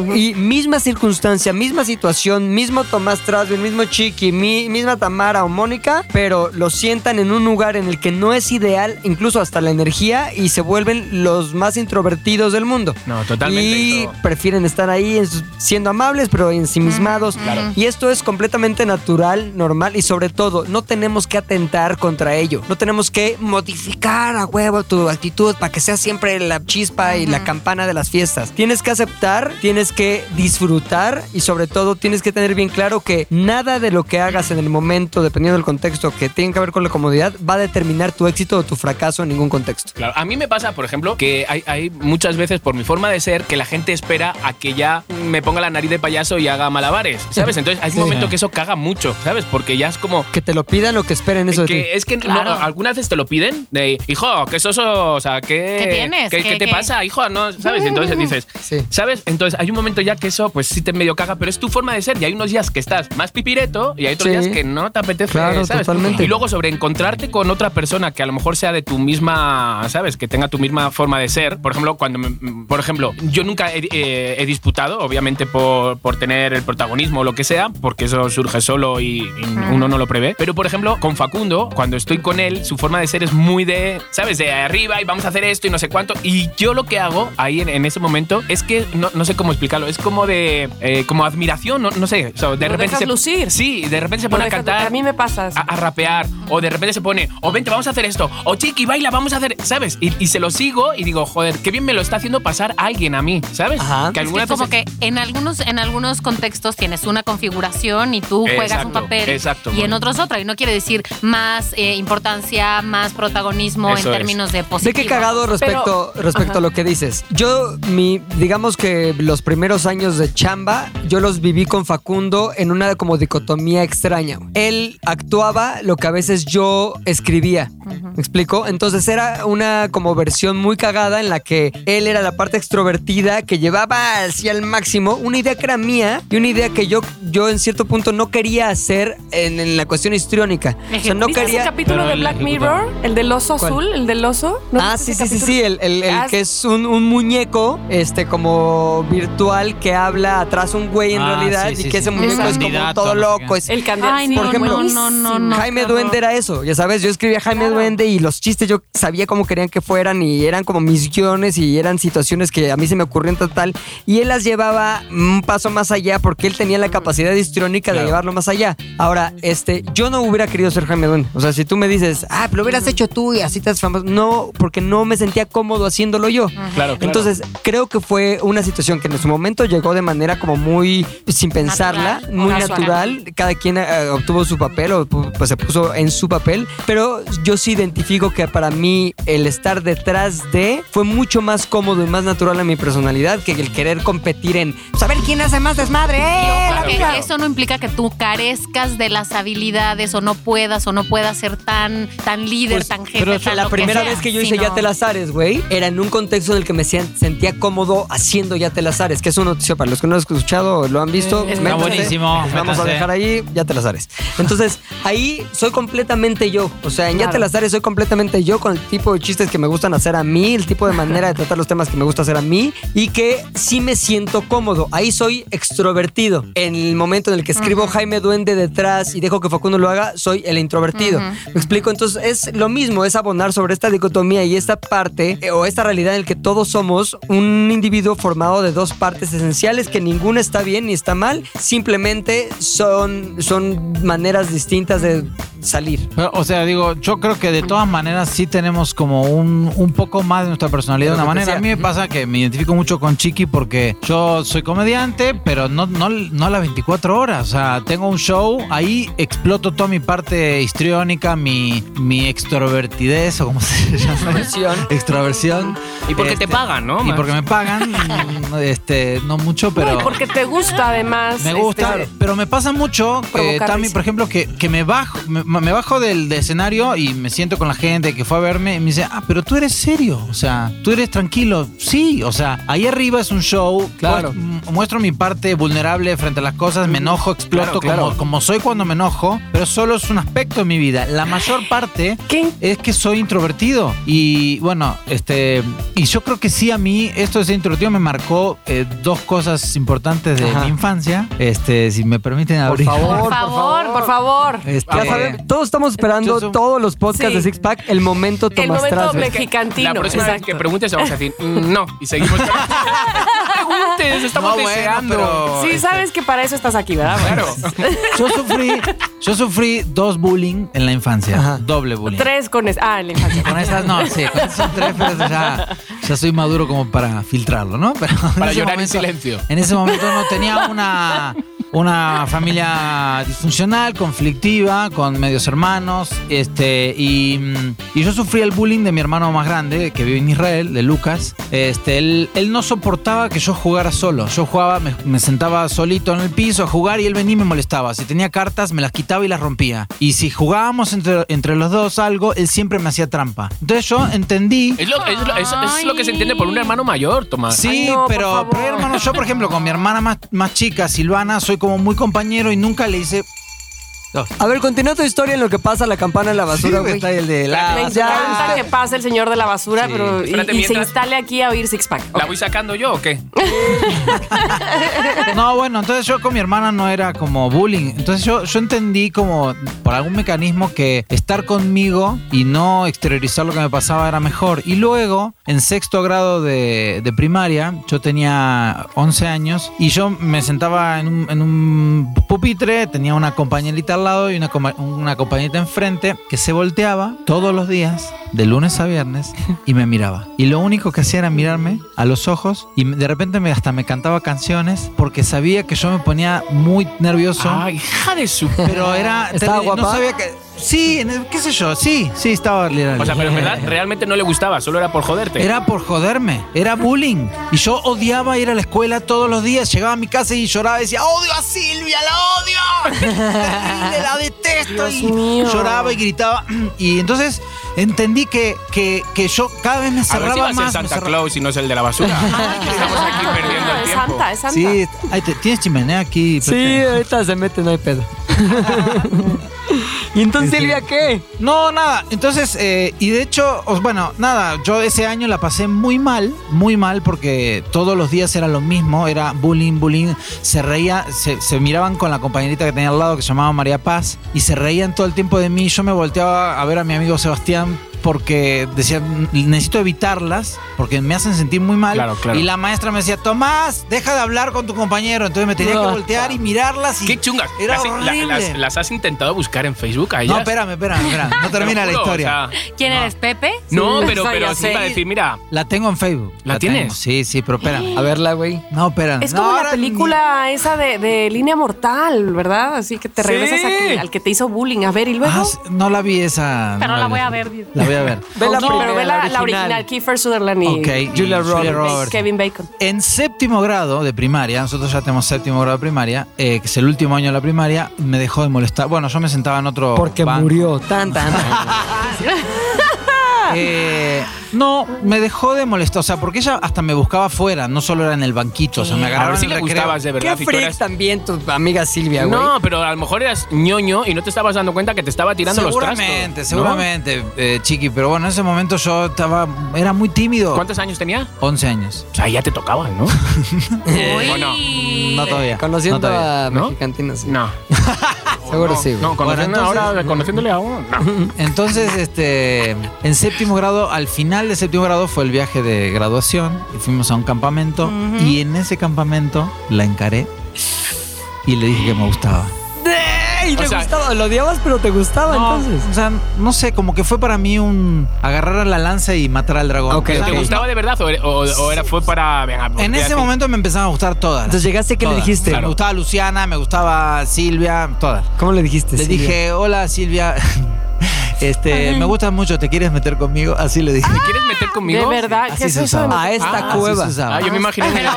güey. Y misma circunstancia, misma situación, mismo Tomás Trasby, mismo Chiqui, mi- misma Tamara o Mónica, pero lo sientan en un lugar en el que no es ideal, incluso hasta la energía, y se vuelven los más introvertidos del mundo. No, totalmente, Y eso. prefieren estar ahí en sus- siendo amables, pero ensimismados. Y esto es completamente natural, normal, y sobre todo, no tenemos que atentar contra ello. No tenemos que modificar a huevo tu actitud para que sea siempre la chispa y la campana de las fiestas. Tienes que aceptar, tienes que disfrutar y sobre todo tienes que tener bien claro que nada de lo que hagas en el momento, dependiendo del contexto que tiene que ver con la comodidad, va a determinar tu éxito o tu fracaso en ningún contexto. Claro, a mí me pasa, por ejemplo, que hay, hay muchas veces, por mi forma de ser, que la gente espera a que ya me ponga la nariz de payaso y haga malabares, ¿sabes? Entonces, hay un Sí. momento que eso caga mucho, ¿sabes? Porque ya es como... Que te lo pidan o que esperen eso que de ti. es que no, Claro. algunas veces te lo piden de hijo qué soso o sea qué ¿Qué tienes? qué, ¿Qué- qué te qué? Uh. pasa hijo no sabes entonces dices Sí. sabes entonces hay un momento ya que eso pues sí te medio caga pero es tu forma de ser y hay unos días que estás más pipireto y hay otros Sí. días que no te apetece Claro, ¿sabes? totalmente. y luego sobre encontrarte con otra persona que a lo mejor sea de tu misma sabes que tenga tu misma forma de ser por ejemplo cuando me- por ejemplo yo nunca he, eh, he disputado obviamente por, por tener el protagonismo o lo que sea porque eso surge solo y, y uno no lo prevé pero por ejemplo con Facundo cuando estoy con él su forma de ser es muy de sabes de arriba y vamos a hacer esto y no sé cuánto y yo lo que hago ahí en, en ese momento es que no, no sé cómo explicarlo es como de eh, como admiración no, no sé o sea, de Lo repente dejas se- lucir. sí de repente se Bueno, pone a déjate- cantar Ah, A mí me pasa eso. a, a rapear o de repente se pone o vente vamos a hacer esto o chiqui baila vamos a hacer ¿sabes? Y, y se lo sigo y digo joder qué bien me lo está haciendo pasar alguien a mí ¿sabes? Ajá. Es que algunas como veces- que en algunos en algunos contextos tienes una configuración y tú juegas un Exacto, papel exacto, y en Moni. otros otra. Y no quiere decir más eh, importancia, más protagonismo Eso en es. términos de Sé positivo. que he cagado respecto, respecto a lo que dices. Yo, mi, digamos que los primeros años de chamba, yo los viví con Facundo en una como dicotomía extraña. Él actuaba lo que a veces yo escribía. ¿Me explico? Entonces era una como versión muy cagada en la que él era la parte extrovertida que llevaba hacia el máximo una idea que era mía y una idea que yo, yo en cierto punto no quería hacer en, en la cuestión histriónica. O sea, no ¿Viste ese quería... capítulo Pero de el Black ejecutado. Mirror? ¿El del oso ¿Cuál? azul? ¿El del oso? ¿No ah, viste sí, ese sí, sí, capítulo? sí, el, el- el Ah, que es un, un muñeco, este, como virtual, que habla atrás un güey en Ah, realidad sí, sí, y que sí. ese muñeco es como Candidato, todo no sé loco. qué. es- El candidato. Ay, no, Por ejemplo, no, no, no, no, Jaime qué Duende horror. era eso, ya sabes, yo escribía Jaime Claro. Duende y los chistes yo sabía cómo querían que fueran y eran como mis guiones y eran situaciones que a mí se me ocurrían tal tal y él las llevaba un paso más allá porque él tenía la capacidad histriónica de Claro. llevarlo más allá. Ahora, este, yo no hubiera querido ser Jaime Duende, o sea, si tú me dices, "Ah, pero lo hubieras hecho tú y así te haces famoso." No, porque no me sentía cómodo haciéndolo yo. Claro, claro. Entonces, creo que fue una situación que en su momento llegó de manera como muy sin pensarla, Natural, muy casual. natural. Cada quien eh, obtuvo su papel o pu- pues, se puso en su papel. Pero yo sí identifico que para mí el estar detrás de fue mucho más cómodo y más natural a mi personalidad que el querer competir en saber quién hace más desmadre. ¡Eh, la Porque vida! Eso no implica que tú carezcas de las habilidades o no puedas o no puedas ser tan, tan líder, Pues, tan jefe. pero tan La lo que primera sea, vez que yo hice sino- Ya te las ares, güey, era en un contexto en el que me sen- sentía cómodo haciendo Ya te las ares, que es una noticia para los que no lo han escuchado o lo han visto. Está métanse. buenísimo, Vamos a métanse. dejar ahí Ya te las ares. Entonces, ahí soy completamente yo. O sea, en Ya Claro. te las ares soy completamente yo con el tipo de chistes que me gustan hacer a mí, el tipo de manera de tratar los temas que me gusta hacer a mí y que sí me siento cómodo. Ahí soy extrovertido. En el momento en el que escribo Jaime Duende detrás y dejo que Facundo lo haga, soy el introvertido. ¿Me explico? Entonces es lo mismo, es abonar sobre esta dicotomía y esta parte eh, o esta realidad en el que todos somos un individuo formado de dos partes esenciales que ninguna está bien ni está mal, simplemente son, son maneras distintas de salir. Pero, O sea, digo, yo creo que de todas maneras sí tenemos como un, un poco más de nuestra personalidad de Pero una lo que sea. manera. A mí me pasa que me identifico mucho con Chiqui porque yo soy comediante, pero no, no, no las 24 horas. O sea, tengo un show, ahí exploto toda mi parte histriónica, mi, mi extrovertidez o como se llama. Extroversión. Y porque te Este, pagan, ¿no? Y Max? porque me pagan, mm, este, no mucho, pero... No, y porque te gusta además. Me gusta, este, pero me pasa mucho, eh, Provocar Tami, risa. por ejemplo, que, que me bajo, me, me bajo del, del escenario y me siento con la gente que fue a verme y me dice, ah, pero tú eres serio, o sea, tú eres tranquilo. Sí, o sea, ahí arriba es un show, Claro. muest- muestro mi parte vulnerable frente a las cosas, me enojo, Claro, exploto claro. Como, como soy cuando me enojo, pero solo es un aspecto de mi vida. La mayor parte ¿Qué? es que soy introvertido y bueno, este, y yo creo que sí a mí esto de ser introvertido me marcó eh, dos cosas importantes de Ajá. mi infancia, este, si me permiten abrir. Por favor, Por favor. Este, Ya saben, todos estamos esperando Entonces, todos los podcasts sí. de Six Pack, el momento El Tomás momento Tras, güey. mexicantino. La próxima vez exacto. que preguntes vamos a decir "Mm, no y seguimos. con- Preguntes, estamos No, bueno, deseando. pero- Sí, sabes que para eso estás aquí, ¿verdad? Claro. yo sufrí, yo sufrí dos bullying en la infancia, Ajá. doble bullying. Tres con es- Ah, en la infancia. Con estas no, sí, con esas son tres, pero ya, ya soy maduro como para filtrarlo, ¿no? Pero en Para ese llorar en silencio. En ese momento no tenía una, una familia disfuncional, conflictiva, con medios hermanos, este, y, mm, y yo sufrí el bullying de mi hermano más grande, que vive en Israel, de Lucas. Este, él, él no soportaba que yo jugara solo. Yo jugaba, me, me sentaba solito en el piso a jugar y él venía y me molestaba. Si tenía cartas, me las quitaba y las rompía. Y si jugábamos entre, entre los dos algo, él siempre me hacía trampa. Entonces yo entendí Es lo, es, lo, es- es lo que se entiende por un hermano mayor, Tomás. Sí, Ah, Ay, no, por pero, favor. pero, hermano, yo por ejemplo con mi hermana más, más chica, Silvana, soy como muy compañero y nunca le hice... A ver, continúa tu historia en lo que pasa la campana en la basura, güey. está el de la- Me Ya, encanta este- que pase el señor de la basura Sí. pero, y, Espérate, y se mientras- instale aquí a oír Six Pack. ¿La voy sacando yo o qué? No, bueno, entonces yo con mi hermana no era como bullying. Entonces yo, yo entendí como por algún mecanismo que estar conmigo y no exteriorizar lo que me pasaba era mejor. Y luego, en sexto grado de, de primaria, yo tenía 11 años y yo me sentaba en un, en un pupitre, tenía una compañerita al al lado y una, coma- una compañerita enfrente que se volteaba todos los días, de lunes a viernes, y me miraba. Y lo único que hacía era mirarme a los ojos y de repente me, hasta me cantaba canciones porque sabía que yo me ponía muy nervioso. Ay, hija de su. Pero era. ¿Estaba no guapa? sabía que. Sí, en el- qué sé yo, sí, sí, estaba O sea, pero en verdad realmente no le gustaba, solo era por joderte. Era por joderme, era bullying. Y yo odiaba ir a la escuela todos los días. Llegaba a mi casa y lloraba y decía, odio a Silvia, la odio. Terrible, la detesto. Dios y mío. lloraba y gritaba. Y entonces entendí que, que, que yo cada vez a me ver si va cerraba a ser más. me Santa cerraba- Claus y no es el de la basura. Estamos aquí perdiendo el Ah, es tiempo. santa, es santa. Sí, ahí te- tienes chimenea aquí. Sí, Pepe? ahorita se mete, no hay pedo. ¿Y entonces Silvia qué? No, nada. Entonces, eh, y de hecho, os- bueno, nada, yo ese año la pasé muy mal, muy mal, porque todos los días era lo mismo, era bullying, bullying. Se reía, se, se miraban con la compañerita que tenía al lado que se llamaba María Paz y se reían todo el tiempo de mí. Yo me volteaba a ver a mi amigo Sebastián porque decía, necesito evitarlas porque me hacen sentir muy mal. Claro, claro. Y la maestra me decía, Tomás, deja de hablar con tu compañero. Entonces me tenía que No. voltear y mirarlas. Y Qué chungas. Era Las, la- horrible. las- las has intentado buscar en Facebook a ellas? no, espérame, espérame, espérame. No Te lo termina la juro, historia. o sea, ¿Quién eres, Pepe? no, Sí, pero, esa pero ya sí sé. iba a decir, mira, La tengo en Facebook. ¿La tienes? tengo. Sí, sí, pero espera. A verla, güey. No, espera. Es No, como ahora la película esa de, de Línea Mortal, ¿verdad? Así que te Sí. regresas a que- al que te hizo bullying. A ver, y ni- luego. Ah, sí, no la vi esa. Pero no la voy vi. a ver. La voy a ver. Ve la no, primera, pero ve la, la original. Kiefer Sutherland y Ok. y Julia Roberts. Kevin Bacon. En séptimo grado de primaria, nosotros ya tenemos séptimo grado de primaria, eh, que es el último año de la primaria, me dejó de molestar. Bueno, yo me sentaba en otro. Porque banco. murió. Tan, tan. Eh, no, me dejó de molestar. O sea, porque ella hasta me buscaba afuera, no solo era en el banquito. O sea, me a agarraba ver si en le el recreo. gustabas de qué verdad. si tú freak eras- también tu amiga Silvia, güey. No, pero a lo mejor eras ñoño y no te estabas dando cuenta que te estaba tirando los trastos. Seguramente, ¿no? seguramente, eh, Chiqui. Pero bueno, en ese momento yo estaba. Era muy tímido. ¿Cuántos años tenía? 11 años. O sea, ya te tocaban, ¿no? ¿O no? Uy. No todavía. Conociendo no todavía. a ¿No? mexicantinos. sí. No. Seguro No, sí, güey. No, conociendo Bueno, entonces- ahora, conociéndole ahora. No. Entonces, este, en séptimo grado, al final de séptimo grado fue el viaje de graduación y fuimos a un campamento y en ese campamento la encaré y le dije que me gustaba. Y te O sea- gustaba, lo odiabas, pero te gustaba No, entonces. o sea, no sé, como que fue para mí un agarrar a la lanza y matar al dragón. Ok, O sea, ¿Te ok. gustaba de verdad o, o- o era fue para... venga, En ese olvídate? momento me empezaron a gustar todas. Entonces llegaste, ¿qué le Todas. dijiste? Me gustaba Luciana, me gustaba Silvia, todas. ¿Cómo le dijiste? Le Silvia? dije, hola Silvia, este, me gustas mucho, ¿te quieres meter conmigo? Así le dije. ¿Te quieres meter De conmigo? verdad, Así ¿qué es se eso? usaba. a esta Ah, cueva. Así se usaba. Ah, yo me imagino... Pero,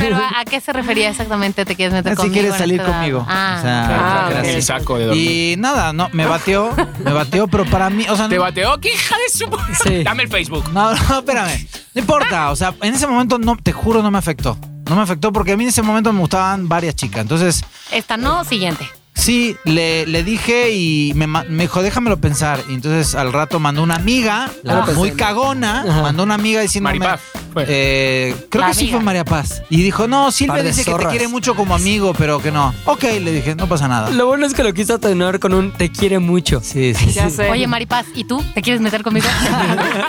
pero ¿a, a qué se refería exactamente? ¿Te quieres Ah, meter Si conmigo? quieres en salir esta edad? conmigo. Ah, O sea, Ah, Era ok. el saco de dormir. Y nada, no, me bateó, me bateó, pero para mí, o sea, ¿Te no, bateó? ¿Qué hija de su... Sí. Dame el Facebook. no, no, espérame, no importa, o sea, en ese momento no, te juro, no me afectó, no me afectó porque a mí en ese momento me gustaban varias chicas, entonces esta no, siguiente. sí, le, le dije y me, ma- me dijo, déjamelo pensar, y entonces al rato mandó una amiga, Claro, pues, muy en- cagona, Ajá. mandó una amiga diciéndome, Maripaz, fue. eh, creo La que sí amiga. fue María Paz, y dijo, no, Silvia Par de dice que te zorras. quiere mucho como amigo, pero que no, ok, le dije, no pasa nada. Lo bueno es que lo quiso atenuar con un te quiere mucho. Sí, sí, Ya sé. Oye, Maripaz, ¿y tú? ¿Te quieres meter conmigo?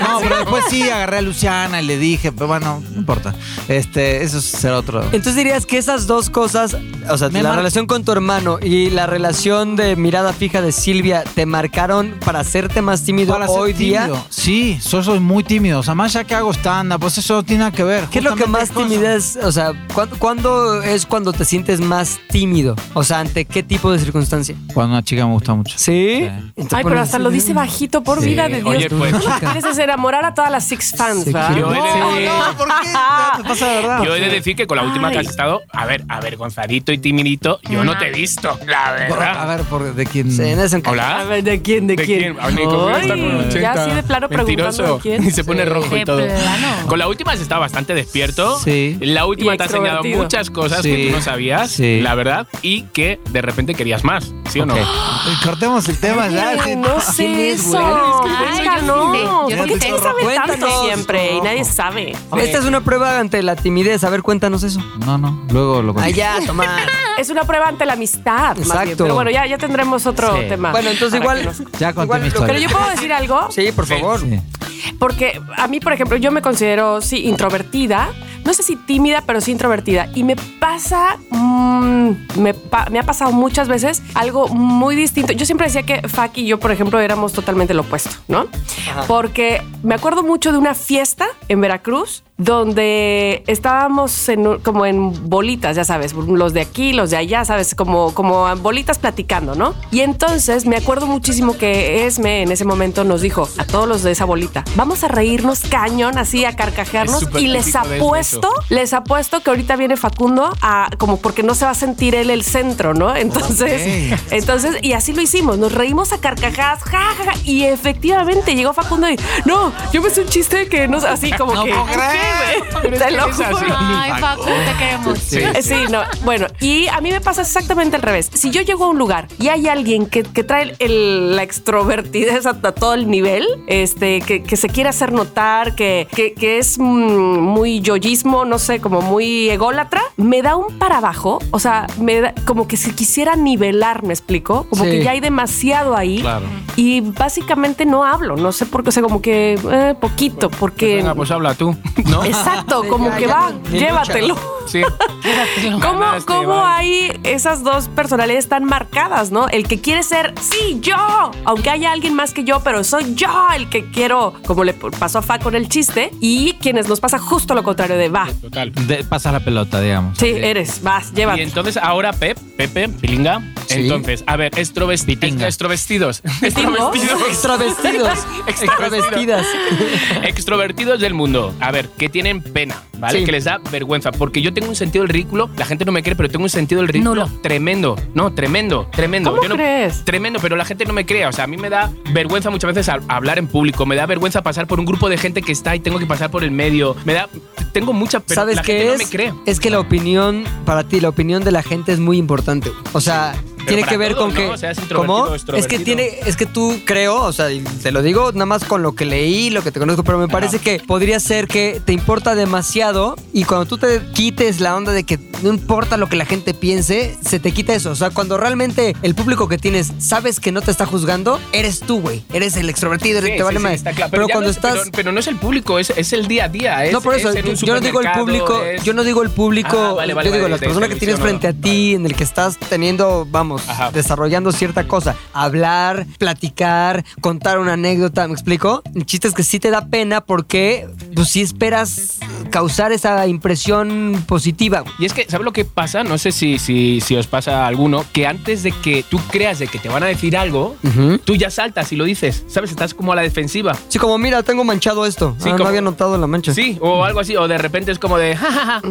No, pero después sí agarré a Luciana y le dije, pero bueno, no importa. Este, eso será otro. Entonces dirías que esas dos cosas, o sea, Me la mar- relación con tu hermano y la relación de mirada fija de Silvia te marcaron para hacerte más tímido Para ser hoy tímido. día. Sí, yo soy muy tímido. O sea, más ya que hago stand-up, pues eso no tiene nada que ver. ¿Qué es lo que más Justamente es timidez, o sea, ¿cuándo, cuándo es cuando te sientes más tímido? O sea, ¿ante qué tipo de circunstancia? cosa. Cuando una chica me gusta mucho. ¿Sí? Ay, pero hasta lo dice bajito, por Sí. vida de Dios. Oye, pues. ¿Cómo la quieres hacer enamorar a todas las Six fans, Sí, ¿verdad? Yo No, he de- no, ¿por qué? No, te pasa de verdad. Yo he de decir que con la última que has Ay. estado, a ver, avergonzadito y timidito, yo no te he visto, la Por- verdad. a ver, por, ¿de quién? A Hola. ver, ¿de quién? ¿De, ¿De quién? quién? Ay, Nico, ¿cómo está Ay, con un ya 80? así de plano preguntando Mentiroso. de quién. Y se pone rojo y De todo. plano. Con la última has estado bastante despierto. Sí. La última Y te ha enseñado extrovertido. muchas cosas Sí. que tú no sabías, Sí. la verdad, y que de repente querías más, ¿sí o no? Ok. pues, Cortemos el tema ya. Ay, sí. no sé es, eso. güey? Ay, Ay, yo sí sé, no. yo ¿Por sí qué sé. te sabe tanto Cuéntanos. siempre? Y nadie sabe. Esta es una prueba ante la timidez. A ver, cuéntanos eso. No, no, luego lo conté. Allá, Tomás. Es una prueba ante la amistad. más bien. Exacto. Pero bueno, ya, ya tendremos otro Sí. tema. Bueno, entonces para que igual. nos- Ya conté igual mi lo- historia. Pero yo puedo decir algo. Sí, por favor. Sí. Porque a mí, por ejemplo, yo me considero, sí, introvertida, no sé si tímida, pero sí introvertida. Y me pasa, mm, me, pa- me ha pasado muchas veces algo muy distinto. Yo siempre decía que Faki y yo, por ejemplo, éramos totalmente lo opuesto, ¿no? Porque me acuerdo mucho de una fiesta en Veracruz donde estábamos en un- como en bolitas, ya sabes, los de aquí, los de allá, sabes, como, como bolitas platicando, ¿no? Y entonces me acuerdo muchísimo que Esme en ese momento nos dijo a todos los de esa bolita, vamos a reírnos cañón, así a Es carcajearnos súper y les típico de Esme apuesto, les apuesto que ahorita viene Facundo a como porque no se va a sentir él el centro, ¿no? Entonces, Ok. entonces, y así lo hicimos, nos reímos a carcajadas, ja, ja, ja, y efectivamente llegó Facundo y, no, yo me hice un chiste que no, así como No que... puedo creer. "¿Qué, güey?". Te lo Es así. juro. Ay, Facu, te queremos. Sí. Eh, Sí, no. Bueno, y a mí me pasa exactamente al revés. Si yo llego a un lugar y hay alguien que, que trae el- la extrovertidez hasta todo el nivel, este, que, que se quiere hacer notar, que, que- que es mm, muy yoyismo, no sé, como muy ególatra, me da un para abajo. O sea, me da, como que si quisiera nivelar, me explico. Como Sí. que ya hay demasiado ahí. Y básicamente no hablo, no sé por qué, o sea, como que eh, poquito, porque... Venga, pues habla tú, ¿no? Exacto, como ya, que ya, va, ni llévatelo. Sí. ¿Cómo, Ganaste, cómo vale. hay esas dos personalidades tan marcadas, no? El que quiere ser, sí, yo, aunque haya alguien más que yo, pero soy yo el que quiero, como le pasó a Fa con el chiste, y quienes nos pasa justo lo contrario de va. Total. De- pasa la pelota, digamos. Sí, eres, vas, Y llévate. entonces ahora Pep, Pepe, Pilinga. Sí. Entonces, a ver, extrovest- Pitinga. extrovestidos. ¿Vestimos? Extravestidos. Extravestidas. Extrovertidos del mundo. A ver, que tienen pena, ¿vale? Sí. Que les da vergüenza. Porque yo tengo un sentido del ridículo. La gente no me cree, pero tengo un sentido del ridículo Nulo. tremendo. No, tremendo, tremendo. ¿Cómo Yo no- crees? Tremendo, pero la gente no me crea. O sea, a mí me da vergüenza muchas veces a- hablar en público. Me da vergüenza pasar por un grupo de gente que está y tengo que pasar por el medio. Me da. Tengo mucha. Pero ¿Sabes la qué gente es? no me cree. Es que la opinión, para ti, la opinión de la gente es muy importante. güey. O sea, tiene para que ver todos, con ¿no? que. O sea, es introvertido, ¿Cómo? Es que extrovertido. tiene, es que tú creo, o sea, y te lo digo nada más con lo que leí, lo que te conozco, pero me parece que podría ser que te importa demasiado y cuando tú te quites la onda de que no importa lo que la gente piense, se te quita eso. O sea, cuando realmente el público que tienes sabes que no te está juzgando, eres tú, güey. Eres el extrovertido, Sí, te sí, vale sí, más. está claro. Pero, ya cuando no es- estás. Pero, pero no es el público, es, es el día a día. es- No, por eso, es en yo, un yo no digo el supermercado, público, es- yo no digo el público, Ah, vale, vale, yo digo vale, las de personas que tienes televisión, frente a no, ti, en el que estás teniendo, vamos, Ajá. desarrollando cierta cosa. Hablar, platicar, contar una anécdota, ¿me explico? El chiste es que sí te da pena porque, pues, sí esperas causar esa impresión positiva. Y es que, ¿sabes lo que pasa? No sé si, si, si os pasa a alguno, que antes de que tú creas de que te van a decir algo, Ujú. tú ya saltas y lo dices, ¿sabes? Estás como a la defensiva. Sí, como, mira, tengo manchado esto. Sí, Ah, como- no había notado la mancha. Sí, o algo así, o de repente es como de, jajaja,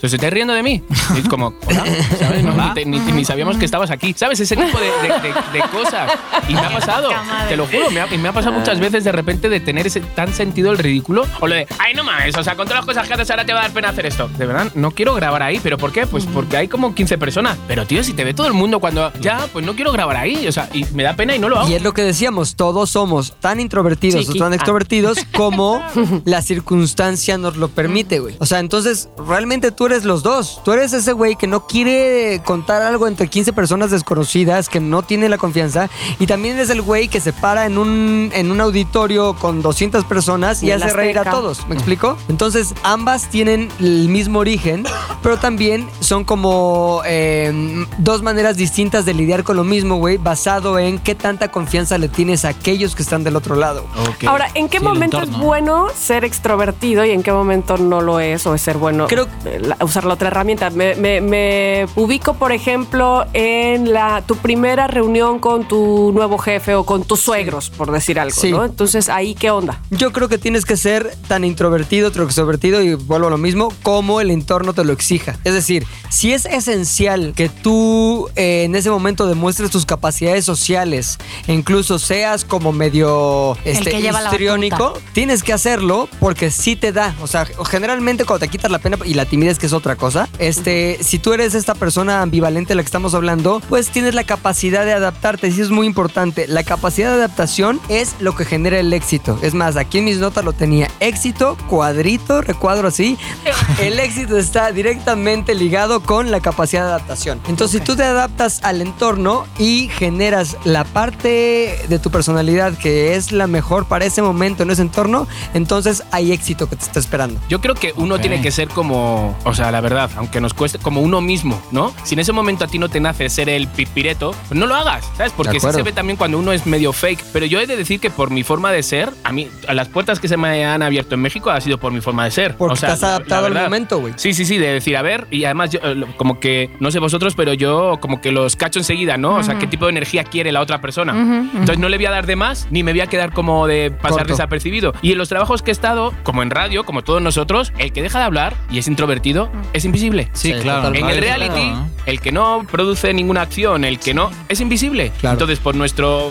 se está riendo de mí. Y es como, hola, ¿sabes? No, ni, te- ni te- ni sabíamos que estabas aquí, ¿sabes? Ese tipo de, de- de- de cosas. Y me ha pasado, madre. te lo juro, me ha, y me ha pasado muchas veces de repente de tener ese tan sentido el ridículo, o lo de, ay, no mames, o sea, con todas las cosas que haces ahora te va a dar pena hacer esto. De verdad, no quiero grabar ahí, ¿pero por qué? Pues porque hay como 15 personas. Pero tío, si te ve todo el mundo cuando, ya, pues no quiero grabar ahí, o sea, y me da pena y no lo hago. Y es lo que decíamos, todos somos tan introvertidos Chiqui. o tan Ah. extrovertidos como la circunstancia nos lo permite, güey. O sea, entonces realmente tú eres los dos. Tú eres ese güey que no quiere contar algo entre 15 personas desconocidas, que no tiene la confianza. Y también eres el güey que se para en un, en un auditorio con 200 personas y, Y el hace reír a Azteca. todos. ¿Me explico? Entonces, ambas tienen el mismo origen, pero también son como eh, dos maneras distintas de lidiar con lo mismo, güey, basado en qué tanta confianza le tienes a aquellos que están del otro lado. Ok. Ahora, ¿en qué Sí, el momento es entorno. bueno ser extrovertido y en qué momento no lo es o es ser bueno eh, Creo- la- usar la otra herramienta? Me, me- me ubico, por ejemplo, en la tu primera reunión con tu nuevo jefe o con tus suegros, por decir algo, Sí. ¿no? Entonces, ¿ahí qué onda? Yo creo que tienes que ser tan introvertido, tan extrovertido, y vuelvo a lo mismo, como el entorno te lo exija. Es decir, si es esencial que tú eh, en ese momento demuestres tus capacidades sociales, e incluso seas como medio este, que lleva la histriónico, batuta. tienes que hacerlo porque sí te da. O sea, generalmente cuando te quitas la pena y la timidez, que es otra cosa, este, si tú eres esta persona ambivalente de la que estamos hablando, pues pues tienes la capacidad de adaptarte. Sí, es muy importante. La capacidad de adaptación es lo que genera el éxito. Es más, aquí en mis notas lo tenía. Éxito, cuadrito, recuadro así. El éxito está directamente ligado con la capacidad de adaptación. Entonces, si tú te adaptas al entorno y generas la parte de tu personalidad que es la mejor para ese momento en ese entorno, entonces hay éxito que te está esperando. Yo creo que uno Ok. tiene que ser como, o sea, la verdad, aunque nos cueste, como uno mismo, ¿no? Si en ese momento a ti no te nace ser el pipireto, pues no lo hagas, ¿sabes? Porque sí acuerdo. se ve también cuando uno es medio fake. Pero yo he de decir que por mi forma de ser, a mí, a las puertas que se me han abierto en México ha sido por mi forma de ser. Porque o sea, estás la- la adaptado al verdad. momento, güey. Sí, sí, sí, de decir, a ver, y además yo, eh, lo- como que, no sé vosotros, pero yo como que los cacho enseguida, ¿no? O sea, qué tipo de energía quiere la otra persona. Ujú, ujú. Entonces no le voy a dar de más, ni me voy a quedar como de pasar Corto. desapercibido. Y en los trabajos que he estado, como en radio, como todos nosotros, el que deja de hablar y es introvertido es invisible. Sí, Sí, claro. totalmente. En el reality, el que no produce ninguna acción, el que no es invisible. Claro. Entonces, por nuestro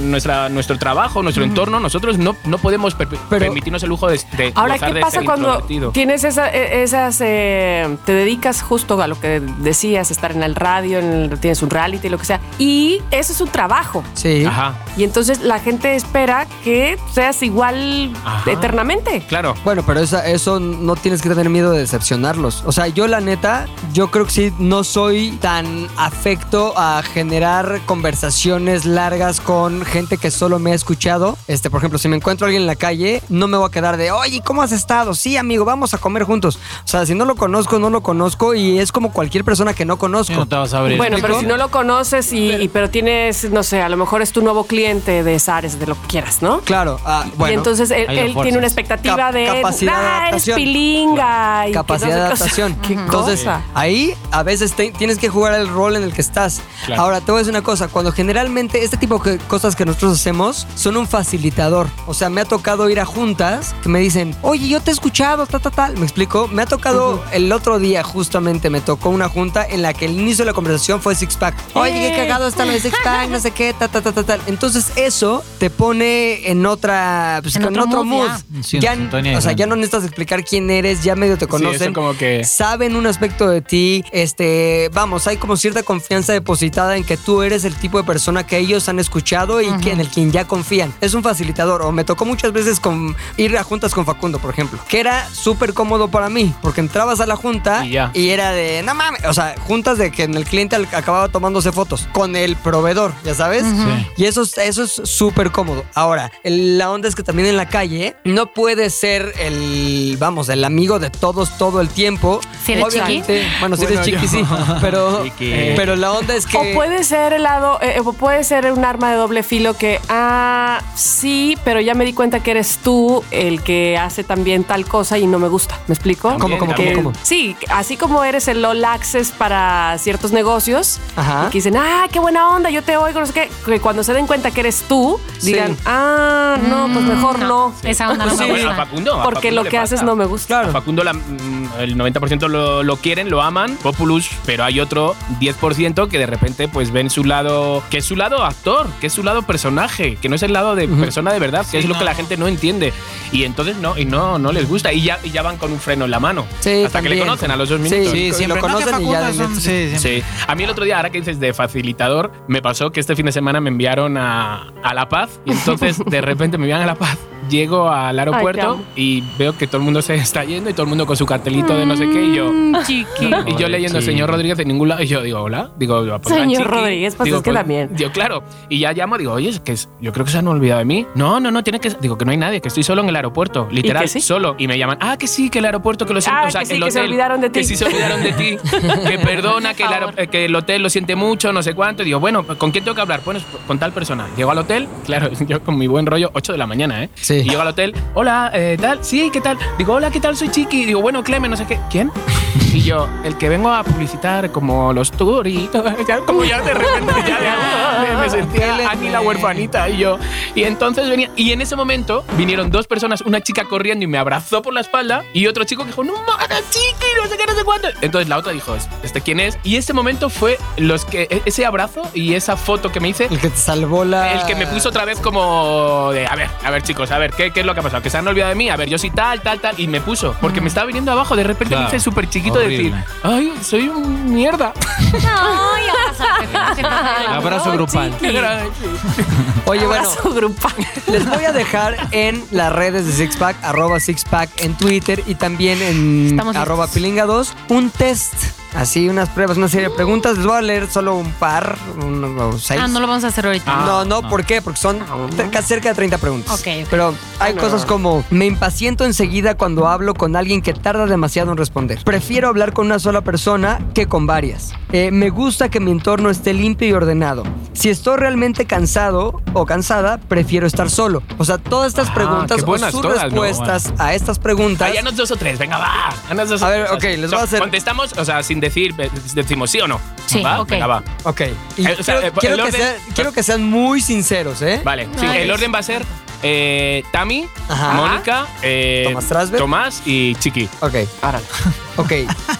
nuestra, nuestro trabajo, nuestro entorno, nosotros no, no podemos per- Pero- permitirnos el lujo de, de Ahora, gozar ¿qué de pasa ser cuando introvertido. tienes esa- eh, esas... eh, te dedicas justo a lo que decías, estar en el radio, en el- tienes un reality, lo que sea, y eso es un trabajo. Sí. Ajá, Y entonces la gente espera que seas igual Ajá. eternamente. claro. Bueno, pero esa- eso no tienes que tener miedo de decepcionarlos. O sea, yo la neta, yo creo que sí, no soy tan afecto a generar conversaciones largas con gente que solo me ha escuchado. Este, por ejemplo, si me encuentro a alguien en la calle, no me voy a quedar de, oye, ¿cómo has estado? Sí, amigo, vamos a comer juntos. O sea, si no lo conozco, no lo conozco y es como cualquier persona que no conozco. no te vas a abrir. Bueno, pero si no lo conoces y, y- pero tienes, no sé, a lo mejor es tu nuevo cliente de Zares, de lo que quieras, ¿no? Claro, ah, bueno. y entonces él, ahí lo él fuerzas. tiene una expectativa Cap- de capacidad de ah, eres adaptación". pilinga y que capacidad de no sé qué". adaptación. Qué Entonces, cosa. ahí a veces te- tienes que jugar el rol en el que estás. Claro. Ahora, te voy a decir una cosa, cuando generalmente este tipo de cosas que nosotros hacemos son un facilitador. O sea, me ha tocado ir a juntas que me dicen, oye, yo te he escuchado, tal, tal, tal. ¿Me explico? Me ha tocado el otro día justamente, me tocó una junta en la que el inicio de la conversación fue Six Pack. Oye, qué cagado está lo de Six Pack, no sé qué, tal, tal, tal, tal, tal. Entonces, eso te pone en otra, pues, En con otro otro mood, mood. ya. Sí, en Ya- sintonía o sea, ya diferente. no necesitas explicar quién eres, ya medio Sí, te eso conocen como que... saben un aspecto de ti, este, vamos, hay como cierta confianza depositada en que tú eres el tipo de persona que ellos han escuchado y que en el quien ya confían. Es un facilitador. O me tocó muchas veces con ir a juntas con Facundo, por ejemplo, que era súper cómodo para mí, porque entrabas a la junta Y y, ya. era de, no mames, o sea, juntas de que el cliente al- acababa tomándose fotos con el proveedor, ya sabes. Sí. Y eso, es- eso es súper cómodo. Ahora, el- la onda es que también en la calle no puedes ser el, vamos, el amigo de todos todo el tiempo. Si eres Obviamente, Bueno, si Bueno, eres chiqui, yo- sí. Pero, Chiqui. pero la onda es que... O puede ser el lado, eh, o puede ser un arma de doble filo que, ah, sí, pero ya me di cuenta que eres tú el que hace también tal cosa y no me gusta. ¿Me explico? También, cómo, también. cómo? Sí, así como eres el all access para ciertos negocios, Ajá. y que dicen, ah, qué buena onda, yo te oigo, no sé qué, que cuando se den cuenta que eres tú, Sí. Mm, digan, ah, no, pues mejor no. Esa onda no Ah, me bueno, a gusta. Facundo, a Porque Facundo lo le que haces pasa. no me gusta. A Facundo la- mm, el 90% lo, lo quieren, lo aman, Populus, pero hay otro 10% que de repente pues ven su lado, que es su lado actor, que es su lado personaje, que no es el lado de persona de verdad, que es lo no. que la gente no entiende. Y entonces no, y no, no les gusta. Y ya, y ya van con un freno en la mano. Sí, hasta que le también. conocen a los dos Sí. minutos. Sí, Lo siempre. conocen no, que y ya Facundo de- son- sí, siempre. Sí. A mí el otro día, ahora que dices de facilitador, me pasó que este fin de semana me enviaron a, a La Paz y entonces de repente me envían a La Paz. Llego al aeropuerto amo. y veo que todo el mundo se está yendo y todo el mundo con su cartelito de no sé qué y yo... Mm, chiqui. Y yo leyendo Chiqui. señor Rodríguez en ningún lado y yo digo, hola, digo, pues, hola, Señor chiqui. Rodríguez, pues, Digo, es que también. Yo, claro, y ya llamo, digo, oye, es que es- yo creo que se han olvidado de mí. No, no, no, tiene que, digo que no hay nadie, que estoy solo en el aeropuerto, literal, que sí? solo. Y me llaman, ah, que sí, que el aeropuerto, que lo siento, Ah, o sea, que sí, el que se hotel, olvidaron de ti. Que sí se olvidaron de ti, que perdona, que el, aero- favor. eh, que el hotel lo siente mucho, no sé cuánto. Y digo, bueno, ¿con quién tengo que hablar? Bueno, con tal persona. Llego al hotel, claro, yo con mi buen rollo, 8 de la mañana, ¿eh? Sí. Y llego al hotel, hola, eh, tal, sí, ¿qué tal? Digo, hola, ¿qué tal? Soy Chiqui. Digo, bueno, Clemen, no sé qué. ¿Quién? Y yo, el que vengo a publicitar como los tours y todo, ya, como ya de repente ya de- me, me sentía Ani la huerfanita y yo. Y entonces venía, y en ese momento vinieron dos personas, una chica corriendo y me abrazó por la espalda y otro chico que dijo, no mames, chiqui, no sé qué, no sé cuánto. Entonces la otra dijo, ¿este quién es? Y ese momento fue los que, e- ese abrazo y esa foto que me hice El que te salvó la... el que me puso otra vez como de, a ver, a ver chicos, a ver, ver, ¿qué, qué es lo que ha pasado? Que se han olvidado de mí. A ver, yo sí tal, tal, tal. Y me puso, porque me estaba viniendo abajo. De repente Mm. Claro. me hice súper chiquito decir, Horrible. ay, soy un mierda. No, ya pasa. Abrazo grupal. Oye, bueno, Abrazo grupal. les voy a dejar en las redes de Sixpack, arroba Sixpack en Twitter y también en Estamos arroba listos. pilinga2, un test. Así, unas pruebas, una serie de preguntas. Les voy a leer solo un par, uno o seis. Ah, no lo vamos a hacer ahorita. no, no, ¿por qué? Porque son cerca- cerca de 30 preguntas. Ah, Ok, ok. Pero hay cosas como, me impaciento enseguida cuando hablo con alguien que tarda demasiado en responder. Prefiero hablar con una sola persona que con varias. Eh, me gusta que mi entorno esté limpio y ordenado. Si estoy realmente cansado o cansada, prefiero estar solo. O sea, todas estas Ah, preguntas qué o buenas sus todas, ¿no? Ah, respuestas a estas preguntas... Ay, haznos dos o tres, venga, va. Haznos dos A o ver, tres. ok, les O voy sea, a hacer- Contestamos, o sea, sin decir, eh, decimos sí o no. Sí, ¿Va? ok. Venga, va. Ok. Y Eh, o sea, quiero, eh, quiero el que orden- sea- quiero que sean muy sinceros, ¿eh? Vale, sí, Ay. el orden va a ser eh, Tami, Ajá. Mónica, eh, Tomás Trasberg. Tomás y Chiqui. Ok. Árale. Ok,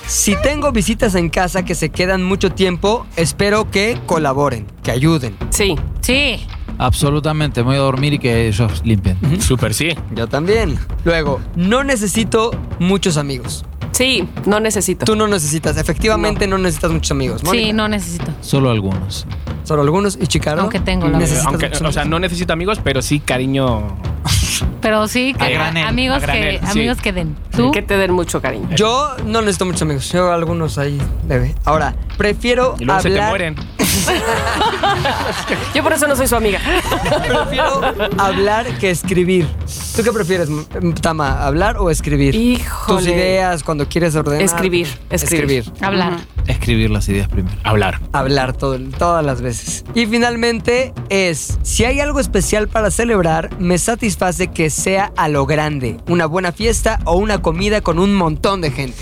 si tengo visitas en casa que se quedan mucho tiempo, espero que colaboren, que ayuden. Sí. Sí. Absolutamente, me voy a dormir y que ellos limpien. Súper, sí. Yo también. Luego, no necesito muchos amigos. Sí, no necesito. Tú no necesitas, efectivamente no, necesitas muchos amigos. Sí, Mónica, no necesito. Solo algunos. Solo algunos y Chicago. Aunque tengo, la Eh, necesitas Aunque, muchos o sea, amigos. no necesito amigos, pero sí cariño. Pero sí, que A granel, amigos, a granel, que, sí. amigos que den. ¿Tú? Que te den mucho cariño. Yo no necesito muchos amigos, yo algunos ahí debe. Ahora, prefiero Y luego hablar se te mueren. Yo por eso no soy su amiga. prefiero hablar que escribir. ¿Tú qué prefieres, M- Tama, hablar o escribir? Híjole. Tus ideas cuando quieres ordenar. Escribir, escribir. Hablar. Escribir las ideas primero. Hablar. hablar todo, todas las veces. Y finalmente es, si hay algo especial para celebrar, me satisface que sea a lo grande, una buena fiesta o una comida con un montón de gente.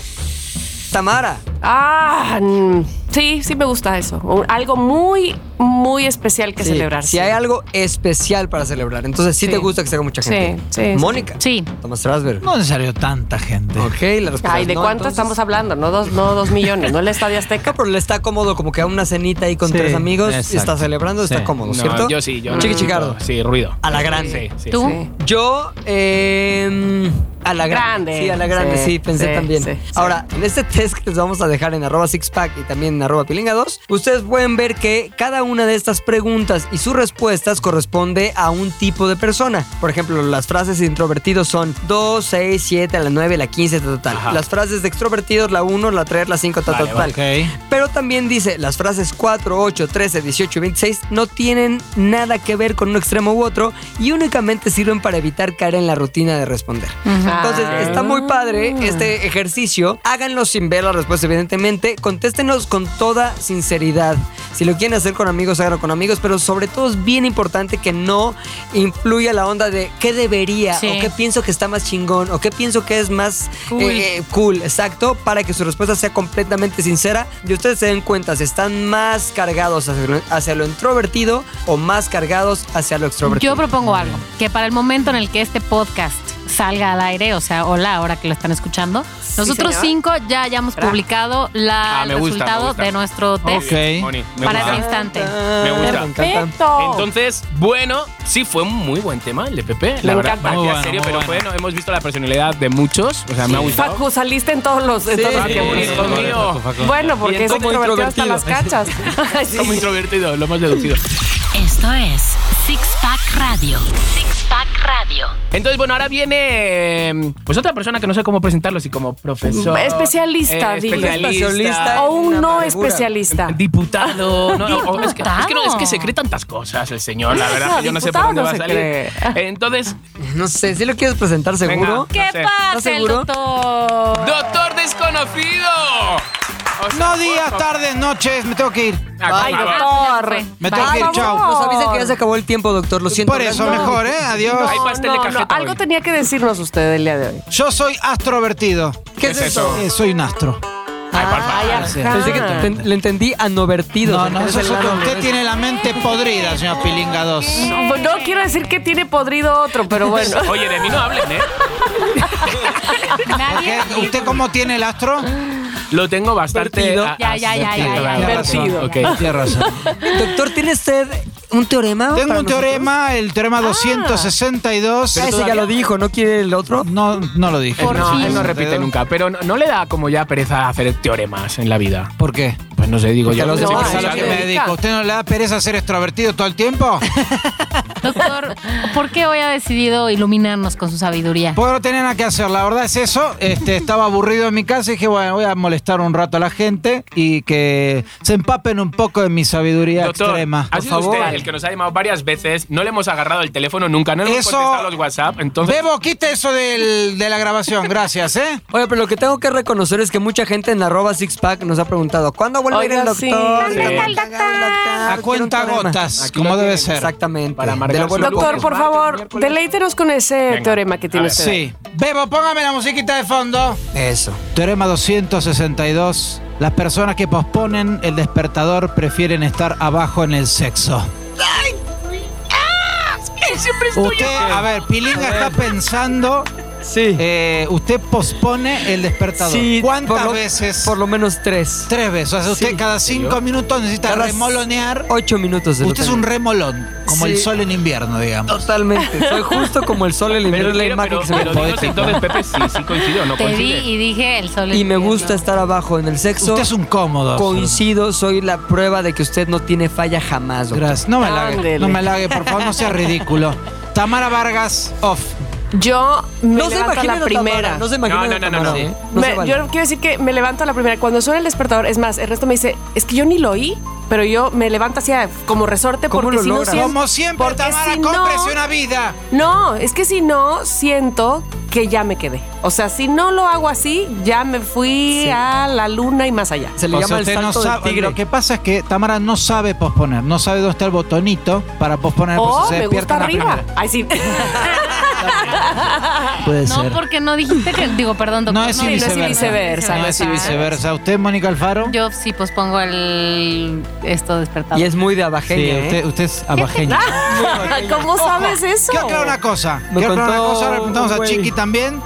Tamara, Ah, mm, sí, sí me gusta eso. Un- algo muy, muy especial que sí, celebrar. si sí. hay algo especial para celebrar, entonces sí, Sí. te gusta que se haga mucha Sí, gente. sí, sí. Mónica. Sí. Tomás Strasberg. No es necesario tanta gente. Ok, la respuesta Ay, es ¿de no, cuánto entonces. estamos hablando? No dos, no dos millones, no el Estadio No, Azteca. pero le está cómodo como que a una cenita ahí con Sí, tres amigos, exacto. está celebrando, está Sí. cómodo, No, ¿cierto? Yo sí, yo. Chiqui Chicardo. Sí, ruido. A la grande. Sí, sí, ¿Tú? sí. Yo, eh, a la grande. Grande. Sí, a la grande, sí, Sí, pensé sí, también. sí, Ahora, en este test que les vamos a dejar en arroba sixpack y también en arroba pilinga2, ustedes pueden ver que cada una de estas preguntas y sus respuestas corresponde a un tipo de persona. Por ejemplo, las frases de introvertidos son 2, 6, 7, a la 9, la 15, tal, tal, Ajá. tal. Las frases de extrovertidos, la 1, la 3, la 5, tal, Vale, tal, Ok. tal. Pero también dice, las frases 4, 8, 13, 18 y 26 no tienen nada que ver con un extremo u otro y únicamente sirven para evitar caer en la rutina de responder. Entonces, Ah. está muy padre este ejercicio. Háganlo sin ver la respuesta, evidentemente. Contéstenos con toda sinceridad. Si lo quieren hacer con amigos, háganlo con amigos, pero sobre todo es bien importante que no influya la onda de qué debería Sí. o qué pienso que está más chingón o qué pienso que es más Cool. eh, cool, exacto, para que su respuesta sea completamente sincera y ustedes se den cuenta si están más cargados hacia lo, hacia lo introvertido o más cargados hacia lo extrovertido. Yo propongo algo, que para el momento en el que este podcast salga al aire, o sea, hola, ahora que lo están escuchando, nosotros señor. cinco ya hayamos Bra. publicado la, Ah, el me gusta, me resultado gusta. de nuestro test Ok. Moni, me para ese gusta. instante. Me gusta. encanta. Oh. Entonces, bueno, sí fue un muy buen tema el de Pepe. La Me verdad, encanta. parecía Muy bueno, serio, muy pero bueno. bueno, hemos visto la personalidad de muchos. O sea, me ha gustado. Facu, saliste en todos los. en Sí, todos los sí, tiempos. sí, Dios mío. Bueno, Y porque es como introvertido hasta las cachas. Ay, sí. Como introvertido, lo hemos deducido. Esto es Six Pack Radio. Six Pack Radio. Entonces, bueno, ahora viene eh, pues otra persona que no sé cómo presentarlo, así como profesor. Especialista, eh, dile. especialista. O un Una no amargura. especialista. Diputado. No, o- o es, que, es, que no, es que se Diputado. cree tantas cosas el señor, la Eso, verdad. que yo no sé por diputado dónde no va a se salir. cree. Entonces, No sé, si lo quieres presentar seguro. Venga. ¿Qué No sé. pasa, el seguro? doctor? doctor desconocido. O sea, No por días, favor. tardes, noches, me tengo que ir. Ah, Ay, ah, va. doctor. Me tengo Por que ir, chao. favor. Nos avisan que ya se acabó el tiempo, doctor. Lo siento. Por eso, No. mejor, ¿eh? Adiós. Hay pastel de cajeta Algo hoy. tenía que decirnos usted el día de hoy. Yo soy astrovertido. ¿Qué es ¿Qué es eso? Eh, soy un astro. Ay, por favor. ajá. Pensé que Ah. te- le entendí anovertido. No, no, Es eso es el otro. ano. Usted tiene la mente podrida, señora Pilinga 2. No, no quiero decir que tiene podrido otro, pero bueno. Oye, de mí no hablen, ¿eh? Nadie. ¿Usted cómo tiene el astro? Lo tengo bastante. Vertido. ah, Ya, ah, ya, ya, ya, Tiene ya. razón, Vertido. ok, tiene razón. Doctor, ¿tiene usted un teorema. Tengo para un nosotros? teorema, el Ah. teorema 262. Ah, ese ya lo dijo, ¿no quiere el otro? No, no lo dije. Él no, él no Sí. repite nunca, pero no, no le da como ya pereza hacer teoremas en la vida. ¿Por qué? Pues no sé, digo Porque yo. los no sé demás qué ¿Sabes sí, a lo sabe. que me sí. dedico? ¿Usted no le da pereza ser extrovertido todo el tiempo? Doctor, ¿por qué hoy ha decidido iluminarnos con su sabiduría? Porque no tenía nada que hacer, la verdad es eso. Este, estaba aburrido en mi casa y dije, bueno, voy a molestar un rato a la gente y que se empapen un poco de mi sabiduría Doctor, extrema. ha Por sido favor. usted el que nos ha llamado varias veces. No le hemos agarrado el teléfono nunca, no le hemos Eso- contestado los WhatsApp. Entonces, Bebo, quite eso del- de la grabación, gracias, ¿eh? Oye, pero lo que tengo que reconocer es que mucha gente en arroba sixpack nos ha preguntado ¿Cuándo vuelve a ir el Oiga, doctor? sí. ¿Cuándo ¿Cuándo está el llega el doctor? A cuenta Quiero un teorema. gotas, Aquí como lo debe tienen, ser. Exactamente. Para marcar De su lo bueno, Doctor, por favor, deleítenos con ese Venga, teorema que a tiene ver. usted. Sí. Bebo, póngame la musiquita de fondo. Eso. Teorema 262. Las personas que posponen el despertador prefieren estar abajo en el sexo. ah, Usted, a ver, Pilinga está pensando, Sí. eh, usted pospone el despertador. Sí, ¿Cuántas por lo- veces? Por lo menos tres. Tres veces. O sea, usted Sí. cada cinco minutos necesita Cada remolonear. Ocho minutos. de lo Usted es que- un remolón, como Sí. el sol en invierno, digamos. Totalmente. Soy justo como el sol en el pero, invierno. la pero, imagen pero, que se me pero pone. dinos entonces, Pepe, sí, sí coincide o no Te vi coincide. y dije el sol. Y me invierno. gusta estar abajo en el sexo. Usted es un cómodo. Coincido, soy la prueba de que usted no tiene falla jamás. doctor. Gracias. No me Ándele. lague. No me lague, por favor, no sea ridículo. Tamara Vargas, off. Yo me No se levanto a imagina la primera. No se imagina. No, no, no, no, ¿eh? no. Me- Yo quiero decir que me levanto a la primera. Cuando suena el despertador, es más, el resto me dice, es que yo ni lo oí, pero yo me levanto hacia como resorte ¿Cómo porque lo si no logras? siento. Como siempre, porque Tamara, si no- cómprese una vida. No, es que si no, siento que ya me quedé. O sea, si no lo hago así, ya me fui Sí. a la luna y más allá. Se le O sea, llama el Pues usted no salto del sabe- tigre. Lo que pasa es que Tamara no sabe posponer, no sabe dónde está el botonito para posponer. por O si Ah, pues, se Oh, me despierta gusta en la arriba. primera. Ay, sí. Puede No, ser. porque no dijiste que. Digo, perdón, doctor. No es no, y no es viceversa. viceversa, No es y viceversa. ¿Usted, Mónica Alfaro? Yo sí pospongo el. Esto despertado. Y es muy de Sí, abajeña, ¿eh? usted, usted es abajeño. ¿Cómo sabes eso? Quiero aclarar una cosa. Me Quiero aclarar una contó cosa. Ahora le preguntamos un a güey. Chiqui también.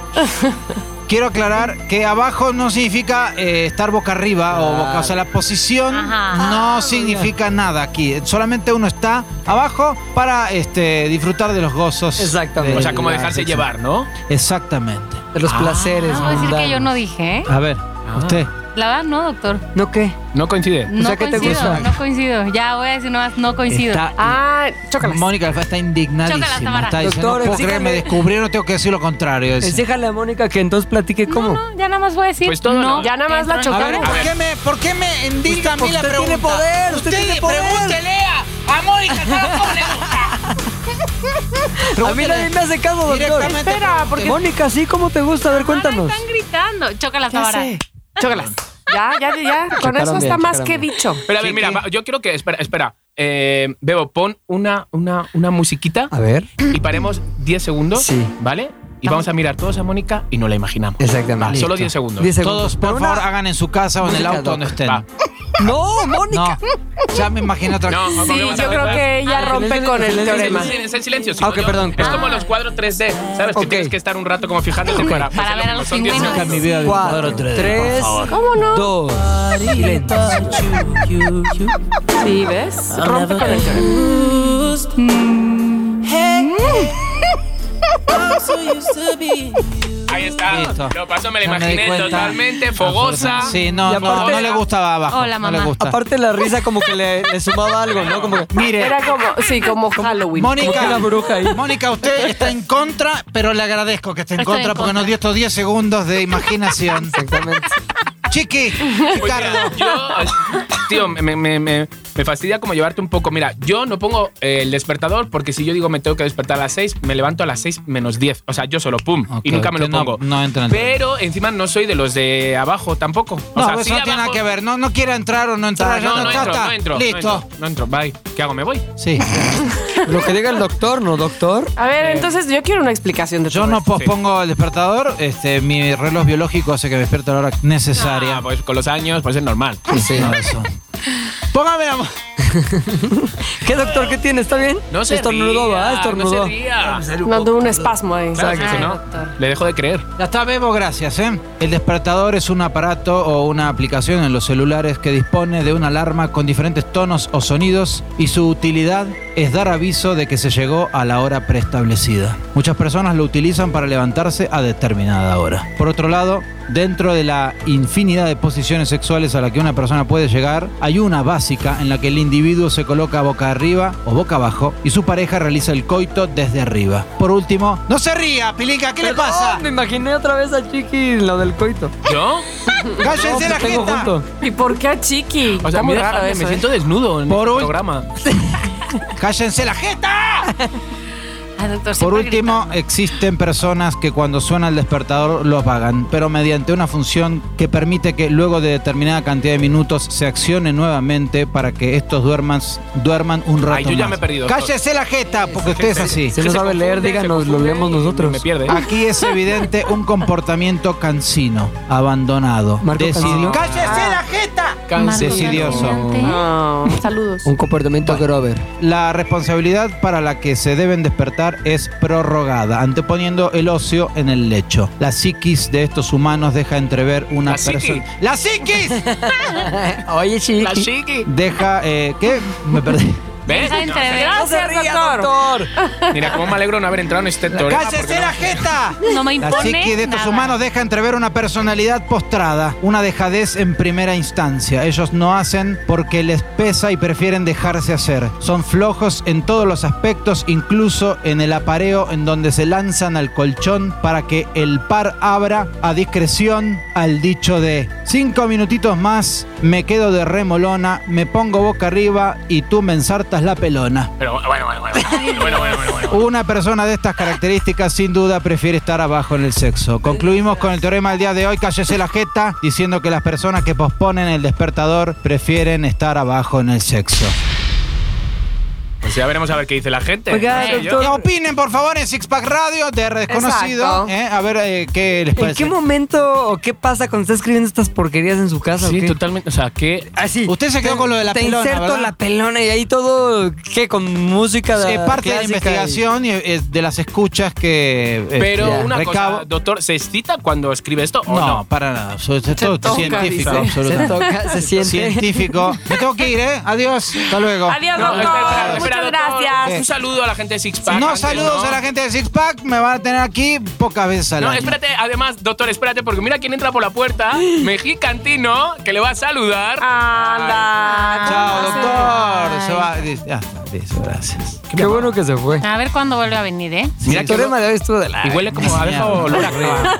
Quiero aclarar que abajo no significa eh, estar boca arriba o boca. O sea, la posición Ajá. Ah, no significa nada aquí. Solamente uno está abajo para este, disfrutar de los gozos. Exactamente. o sea, de como la dejarse sexual. llevar, ¿no? Exactamente. De los placeres. No, voy a decir que mundanos. yo no dije, ¿eh? A ver, usted. La verdad, no, doctor. ¿No qué? No coincide. No sea, ¿qué te coincido, gusta? no coincido. Ya voy a decir nomás, no coincido. Está, Ah, chócalas. Mónica Alfaro está Chócalas, indignadísima. Tamara. Está diciendo, Doctor, no puedo creer, me exíjame- descubrieron, tengo que decir lo contrario. dice. Déjale a Mónica que entonces platique cómo. No, no, ya nada más voy a decir. Pues todo no. Ya nada más la Entró en A chocamos. ver, calor. ¿por qué me, por qué me indigna Usted- a mí la usted pregunta? tiene poder, usted tiene poder. pregúntele a, a Mónica, ¿cómo le gusta? A mí nadie me hace caso, doctor. Directamente Espera, porque- Mónica, ¿sí? ¿Cómo te gusta? A ver, cuéntanos. Ahora están gritando. Chócalas, Ya Tamara. sé. Chócalas. Ya, ya, ya. Con Chocaron eso está bien, más chocaron que bien. dicho. Pero a ver, mira, va- yo quiero que. Espera, espera. Eh, Bebo, pon una, una, una musiquita A ver. y paremos 10 segundos, Sí. ¿vale? Y vamos a mirar todos a Mónica y no la imaginamos. Exactamente. Va, solo Listo. 10 segundos. 10 segundos. Todos, por Pero favor, una- hagan en su casa o en el Música, auto donde doc. estén. Va. No, Mónica. No, ya me imagino otra cosa. No, Sí, volvemos a Ah, yo creo ver. que ella rompe con el silencio, teorema. Sí, Es el silencio. Ah, ok, yo- perdón. Es Ah. como los cuadros 3D, ¿sabes? Que Ok. tienes que estar un rato como fijándote para... Para hacer ver lo a mismo. los Son diez pingüinos. segundos. vida Cuatro, tres, ¿Cómo no? dos. Silencio. Sí, ¿ves? Ah, Rompe con el teorema. Ahí está. Listo. Lo pasó, me la Ya di imaginé cuenta. totalmente fogosa. Sí, no, Y no, aparte- no le gustaba abajo. Hola, no le mamá. gusta. Aparte la risa como que le, le sumaba algo, ¿no? Como que... Mire, Era como, sí, como Halloween. como que Mónica, la bruja ahí. Mónica, usted está en contra, pero le agradezco que esté en Estoy contra en porque nos contra. dio estos 10 segundos de imaginación. Exactamente. Chiqui, Pues mira, Ricardo. yo, tío, me, me- me- me- me fastidia como llevarte un poco. Mira, yo no pongo eh, el despertador porque si yo digo me tengo que despertar a las 6, me levanto a las 6 menos 10. O sea, yo solo, pum. Ok, y nunca me lo usted no- pongo. no entra en el Pero encima no soy de los de abajo tampoco. O No, sea, eso sí no tiene nada abajo- que ver. No, no quiera entrar o no entrar. ya No, no, no, ya entro, está. no entro. no Listo. entro, No entro, bye. ¿Qué hago? ¿Me voy? Sí. Lo que diga el doctor, ¿no, doctor? A ver, entonces yo quiero una explicación de Yo todo no esto. pospongo el despertador. Este, mi reloj biológico hace que me despierto a la hora Ah, necesaria. pues con los años, pues es normal. Sí. No, eso. Póngame la... mo- ¿Qué doctor que tiene? ¿Está bien? No se Estornudó, ría, ¿verdad? Estornudó. No se ría. No, tuve un espasmo ahí. Claro, que Exacto. si Ay, no, doctor. le dejo de creer. Ya está, Bebo, gracias. ¿eh? El despertador es un aparato o una aplicación en los celulares que dispone de una alarma con diferentes tonos o sonidos y su utilidad es dar aviso de que se llegó a la hora preestablecida. Muchas personas lo utilizan para levantarse a determinada hora. Por otro lado, dentro de la infinidad de posiciones sexuales a la que una persona puede llegar, hay una básica en la que el individuo se coloca boca arriba o boca abajo y su pareja realiza el coito desde arriba. Por último, no se ría, Pilinca, ¿qué le pasa? Me imaginé otra vez a Chiqui lo del coito. ¿Yo? ¡Cállense No, la te tengo jeta! junto. ¿Y por qué a Chiqui? O sea, Está muy mira, raro me eso, ¿eh? siento desnudo en Por este hoy- programa. ¡Cállense la jeta! Ay, Ah, doctor, Por siempre último, existen personas que cuando suena el despertador los vagan, pero mediante una función que permite que luego de determinada cantidad de minutos se accione nuevamente para que estos duerman, duerman un rato Ay, yo ya más. me he perdido. ¡Cállese la jeta! Porque usted es así. Si no sabe leer, díganos, lo leemos nosotros. Me pierde. Aquí es evidente un comportamiento cansino, abandonado, Marco Cancino. decidio- ¡Cállese la Marco Decidioso. Caminante. No, Mm. saludos. Un comportamiento Grover. La responsabilidad para la que se deben despertar es prorrogada, anteponiendo el ocio en el lecho. La psiquis de estos humanos deja entrever una La psiqui. persona. ¡La psiquis! Oye, Chiqui. La chiqui. Deja. eh, ¿Qué? Me perdí. ¿Ves? Deja No, entrever. No se Gracias, ría, doctor. doctor. Mira, cómo me alegro de no haber entrado en este torneo. ¡Cállese la jeta! No me La impone psiquis de estos nada. humanos deja entrever una personalidad postrada, una dejadez en primera instancia. Ellos no hacen porque les pesa y prefieren dejarse hacer. Son flojos en todos los aspectos, incluso en el apareo en donde se lanzan al colchón para que el par abra a discreción al dicho de cinco minutitos más, me quedo de remolona, me pongo boca arriba y tú me ensartas la pelona. Pero bueno, bueno, bueno. bueno, bueno, bueno, bueno, bueno. Una persona de estas características sin duda prefiere estar abajo en el sexo. Concluimos con el teorema del día de hoy, cállese la jeta, diciendo que las personas que posponen el despertador prefieren estar abajo en el sexo. Pues ya veremos a ver qué dice la gente. Oiga, No sé yo. Y opinen por favor en Sixpack Radio de Desconocido, Exacto. ¿eh? a ver eh, qué les ¿En qué parece. momento o qué pasa cuando está escribiendo estas porquerías en su casa? o Sí, qué? totalmente. O sea, que. Así. Usted se quedó Te- con lo de la te pelona, inserto ¿verdad? la pelona y ahí todo, ¿qué? Con música de Es parte de la clásica investigación y eh, de las escuchas que eh, Pero eh, una recabo. cosa, doctor, ¿se excita cuando escribe esto o no, no? para nada. Eso es todo toca, dice. científico, Se y- Se absolutamente. toca, se siente. Científico. Me tengo que ir, ¿eh? Adiós. Hasta luego. Adiós, No, doctor. espera, espera, Muchas espera, doctor. gracias. Un saludo a la gente de Sixpack. No antes, saludos ¿no? a la gente de Sixpack, me van a tener aquí pocas veces al No, año. espérate, además, doctor, espérate, porque mira quién entra por la puerta. Mexicantino, que le va a saludar. Ah, Anda. Chao, doctor. Ay. Se va. Dice- ah, dice, gracias. Qué bueno que se fue. A ver cuándo vuelve a venir, ¿eh? Mira, el teorema de hoy estuvo de la... Y huele como a, Ay, deja mierda. olor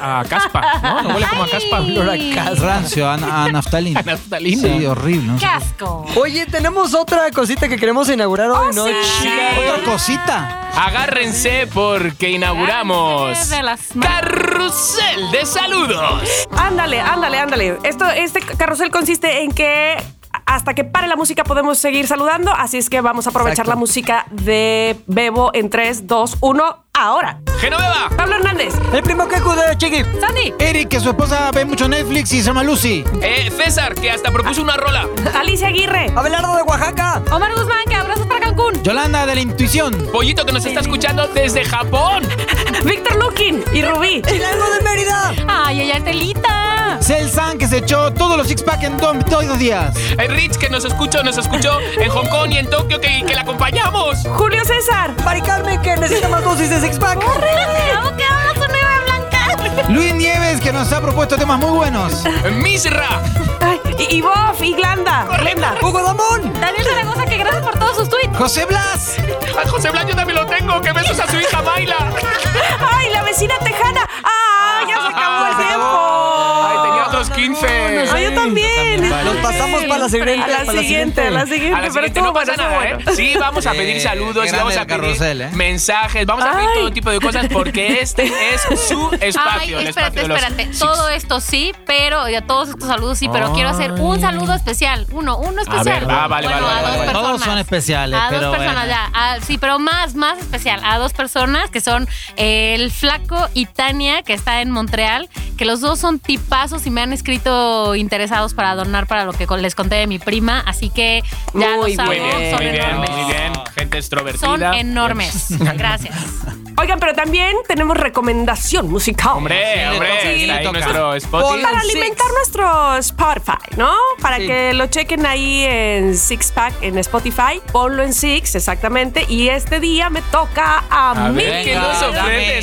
a, a caspa, ¿no? No huele como a caspa. Ay. Olor a Rancio, a, a naftalina. A naftalina. Sí, horrible. ¿no? ¡Qué asco! Oye, tenemos otra cosita que queremos inaugurar hoy, ¿no? ¿Otra cosita? Agárrense porque inauguramos Agárrense de las manos. Carrusel de Saludos. Ándale, ándale, ándale. Esto, este carrusel consiste en que hasta que pare la música podemos seguir saludando, así es que vamos a aprovechar Exacto. la música de Bebo en 3, 2, 1, ahora. Genoveva, Pablo Hernández, El primo que acude, chiqui. Sandy, Eric, que su esposa ve mucho Netflix y se llama Lucy. eh, César, que hasta propuso una rola. Alicia Aguirre, Abelardo de Oaxaca. Omar Guzmán, que abrazos para Cancún. Yolanda de la Intuición. Pollito que nos está escuchando desde Japón. Víctor Lukin y Rubí. Chilango de Mérida. ¡Ay, ay, ay, telita! Celsan, que se echó todos los six-pack en dos, todos los días. Eh, Rich, que nos escuchó, nos escuchó en Hong Kong y en Tokio, que, que la acompañamos. Julio César, Mari Carmen, que necesita más dosis de six pack. ¡Vamos, que vamos con Nueva Blanca! Luis Nieves, que nos ha propuesto temas muy buenos. Eh, Misra. ay, y, y Bob y Glanda. Glenda. Hugo Damón. Daniel Zaragoza, que gracias por todos sus tweets. José Blas. A José Blanco también lo tengo. Que besos a su hija Baila. ¡Ay, la vecina tejana! ¡Ah, ya se acabó el Se tiempo! Ay, tenía otros 15. Ay, yo también. Vale. Los pasamos para la siguiente. A la para la siguiente, a la siguiente. A la pero siguiente no estuvo pasa bueno, nada, ¿eh? estuvo bueno. Sí, vamos a Eh, pedir saludos y grande vamos a el pedir carrusel, ¿eh? mensajes, vamos a pedir Ay. todo tipo de cosas porque este es su Ay, espacio, el espérate, espacio de los espérate. Six. Todo esto sí, pero ya todos estos saludos sí, pero quiero hacer un saludo especial. Uno, uno especial. ver, ah, vale, Bueno, a dos vale, vale, vale. personas. Todos son especiales, A pero dos personas bueno. ya. Ah, sí, pero más, más especial. A dos personas que son el Flaco y Tania, que está en Montreal, que los dos son tipazos y me han escrito interesados para donar para lo que con- les conté de mi prima. Así que ya Muy los amo, Muy Vamos, bien, son muy bien, enormes. muy bien. Gente extrovertida. Son enormes. Gracias. Oigan, pero también tenemos recomendación musical. ¿eh? Hombre, Sí, hombre, está toca, ahí toca. nuestro Spotify. Hola. Para alimentar nuestro Spotify, ¿no? Para Sí. que lo chequen ahí en Six Pack, en Spotify. Ponlo en Six, exactamente. Y este día me toca a, A mí. ver, ¿qué Venga, nos ofreces?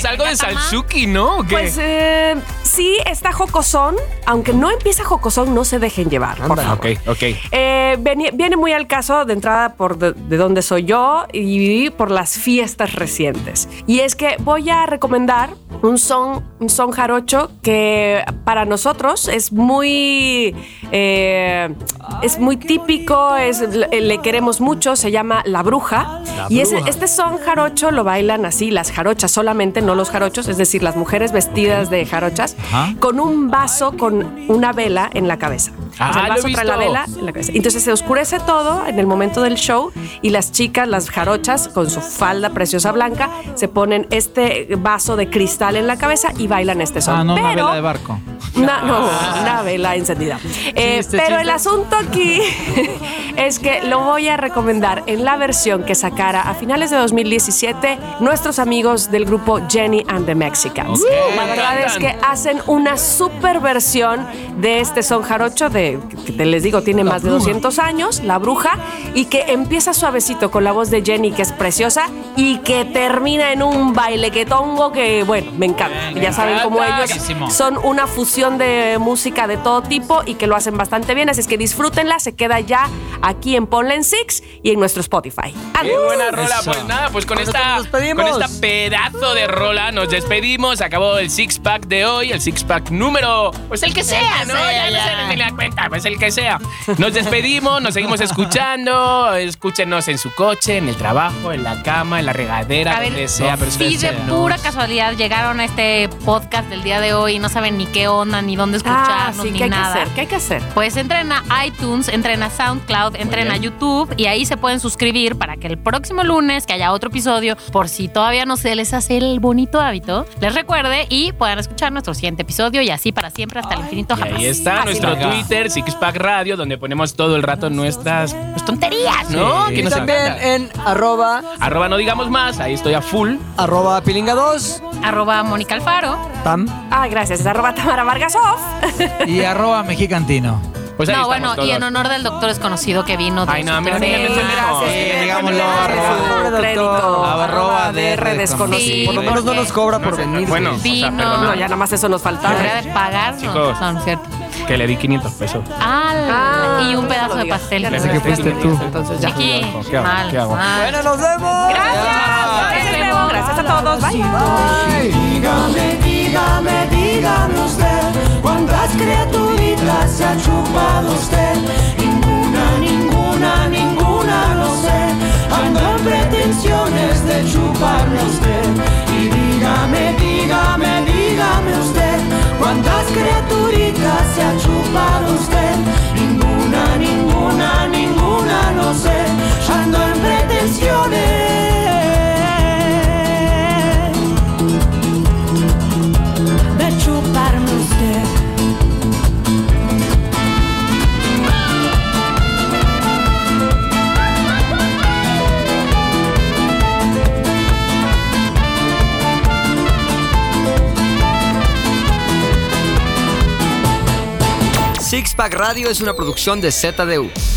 dame. Algo de Venga, tama. Salsuki, ¿no? ¿O qué? Pues eh, sí, está jocosón. Aunque no empieza jocosón, no se dejen llevar, por favor. ok, ok. Eh, veni- viene muy al caso de entrada por de, de dónde soy yo y por las fiestas recientes. Y es que voy a recomendar un son, un son jarocho que para nosotros es muy, eh, es muy típico, es, le le queremos mucho, se llama La Bruja. y ese- este son jarocho lo bailan así, las jarochas solamente, no los jarochos, es decir, las mujeres vestidas de jarochas, Ajá. con un vaso con una vela en la cabeza. Ah, O sea, el lo he vaso trae la visto. vela en la cabeza. Entonces se oscurece todo en el momento del show y las chicas, las jarochas, con su falda preciosa blanca, se ponen este vaso de cristal en la cabeza y bailan este son. Ah, no, pero, una vela de barco. Na- no, una vela encendida. Eh, Chiste, pero el chiste. asunto aquí es que lo voy a recomendar en la versión que sacara a finales de 2017 nuestros amigos del grupo Jenny and the Mexicans. Ok. La verdad es que hacen una super versión de este son jarocho de, que te les digo, tiene más de 200 años, La Bruja, y que empieza suavecito con la voz de Jenny, que es preciosa, y que termina en un baile que tongo que, bueno, me encanta. Me ya saben cómo encanta. ellos Buenísimo. son una fusión de música de todo tipo y que lo hacen bastante bien. Así es que disfrútenla. Se queda ya aquí en Ponla en Six y en nuestro Spotify. ¡Adiós! Qué buena rola. Eso. Pues nada, pues con Con esto esta, nos despedimos. con esta pedazo de rola nos despedimos. Acabó el six pack de hoy, el six pack número. Pues el que sea, ¿no? Ya, no sé ni la cuenta, pues el que sea. Nos despedimos, nos seguimos escuchando. Escúchenos en su coche, en el trabajo, en la cama, en la regadera, A ver, donde sea. pero Si de escúchenos. pura casualidad llegaron a este podcast del día de hoy y no saben ni qué onda, ni dónde Ah, escucharnos, sí, ni ¿qué hay que nada. hacer? ¿Qué hay que hacer? Pues entren a iTunes, entren a SoundCloud, entren a bien. YouTube y ahí se pueden suscribir para que el próximo lunes, que haya otro episodio, por si todavía no se les hace el bonito hábito, les recuerde y puedan escuchar nuestro siguiente episodio y así para siempre hasta el infinito Y jamás. ahí está Así nuestro va. Twitter, Sixpack Radio, donde ponemos todo el rato nuestras pues, tonterías, ¿no? Sí. Que Y nos también encantan. en arroba, Arroba no digamos más, ahí estoy a full. arroba pilinga2, Arroba Mónica Alfaro. tam. Ah, gracias. Es arroba Tamara Vargas Off. Y arroba mexicantino. Pues ahí No, estamos bueno, y todos. en honor del doctor desconocido que vino. de Ay, no, su mira, terapia. mira, mira. gracias. Sí, Tiene digámoslo, que poner arroba. su crédito. Arroba Arroba DR DR desconocido. desconocido. Por lo Sí, menos no porque- nos cobra por No sé, venir. Bueno, o sea, Vino. No, perdón, ya nada más eso nos faltaba. Debería de pagarnos. Chicos. No, no es cierto. que le di 500 pesos. ¡Ala! y un no pedazo Ah, lo de digas. pastel. Ya no Pensé lo que digas, fuiste ya no tú. lo digas, Entonces ya. Chiqui, ¿Qué hago? mal, ¿Qué hago? mal. Bueno, nos vemos. Gracias. Nos vemos. Nos vemos. Gracias a todos. Bye. Bye. Dígame, dígame, dígame usted cuántas criaturitas se ha chupado usted. Ninguna, ninguna, ninguna, no sé. Ando en pretensiones de chuparme usted. Y dígame, dígame, dígame usted cuántas criaturitas se ha chupado usted. Ninguna, ninguna, ninguna, no sé. Ando en pretensiones de chuparme usted. Six Pack Radio es una producción de ZDU.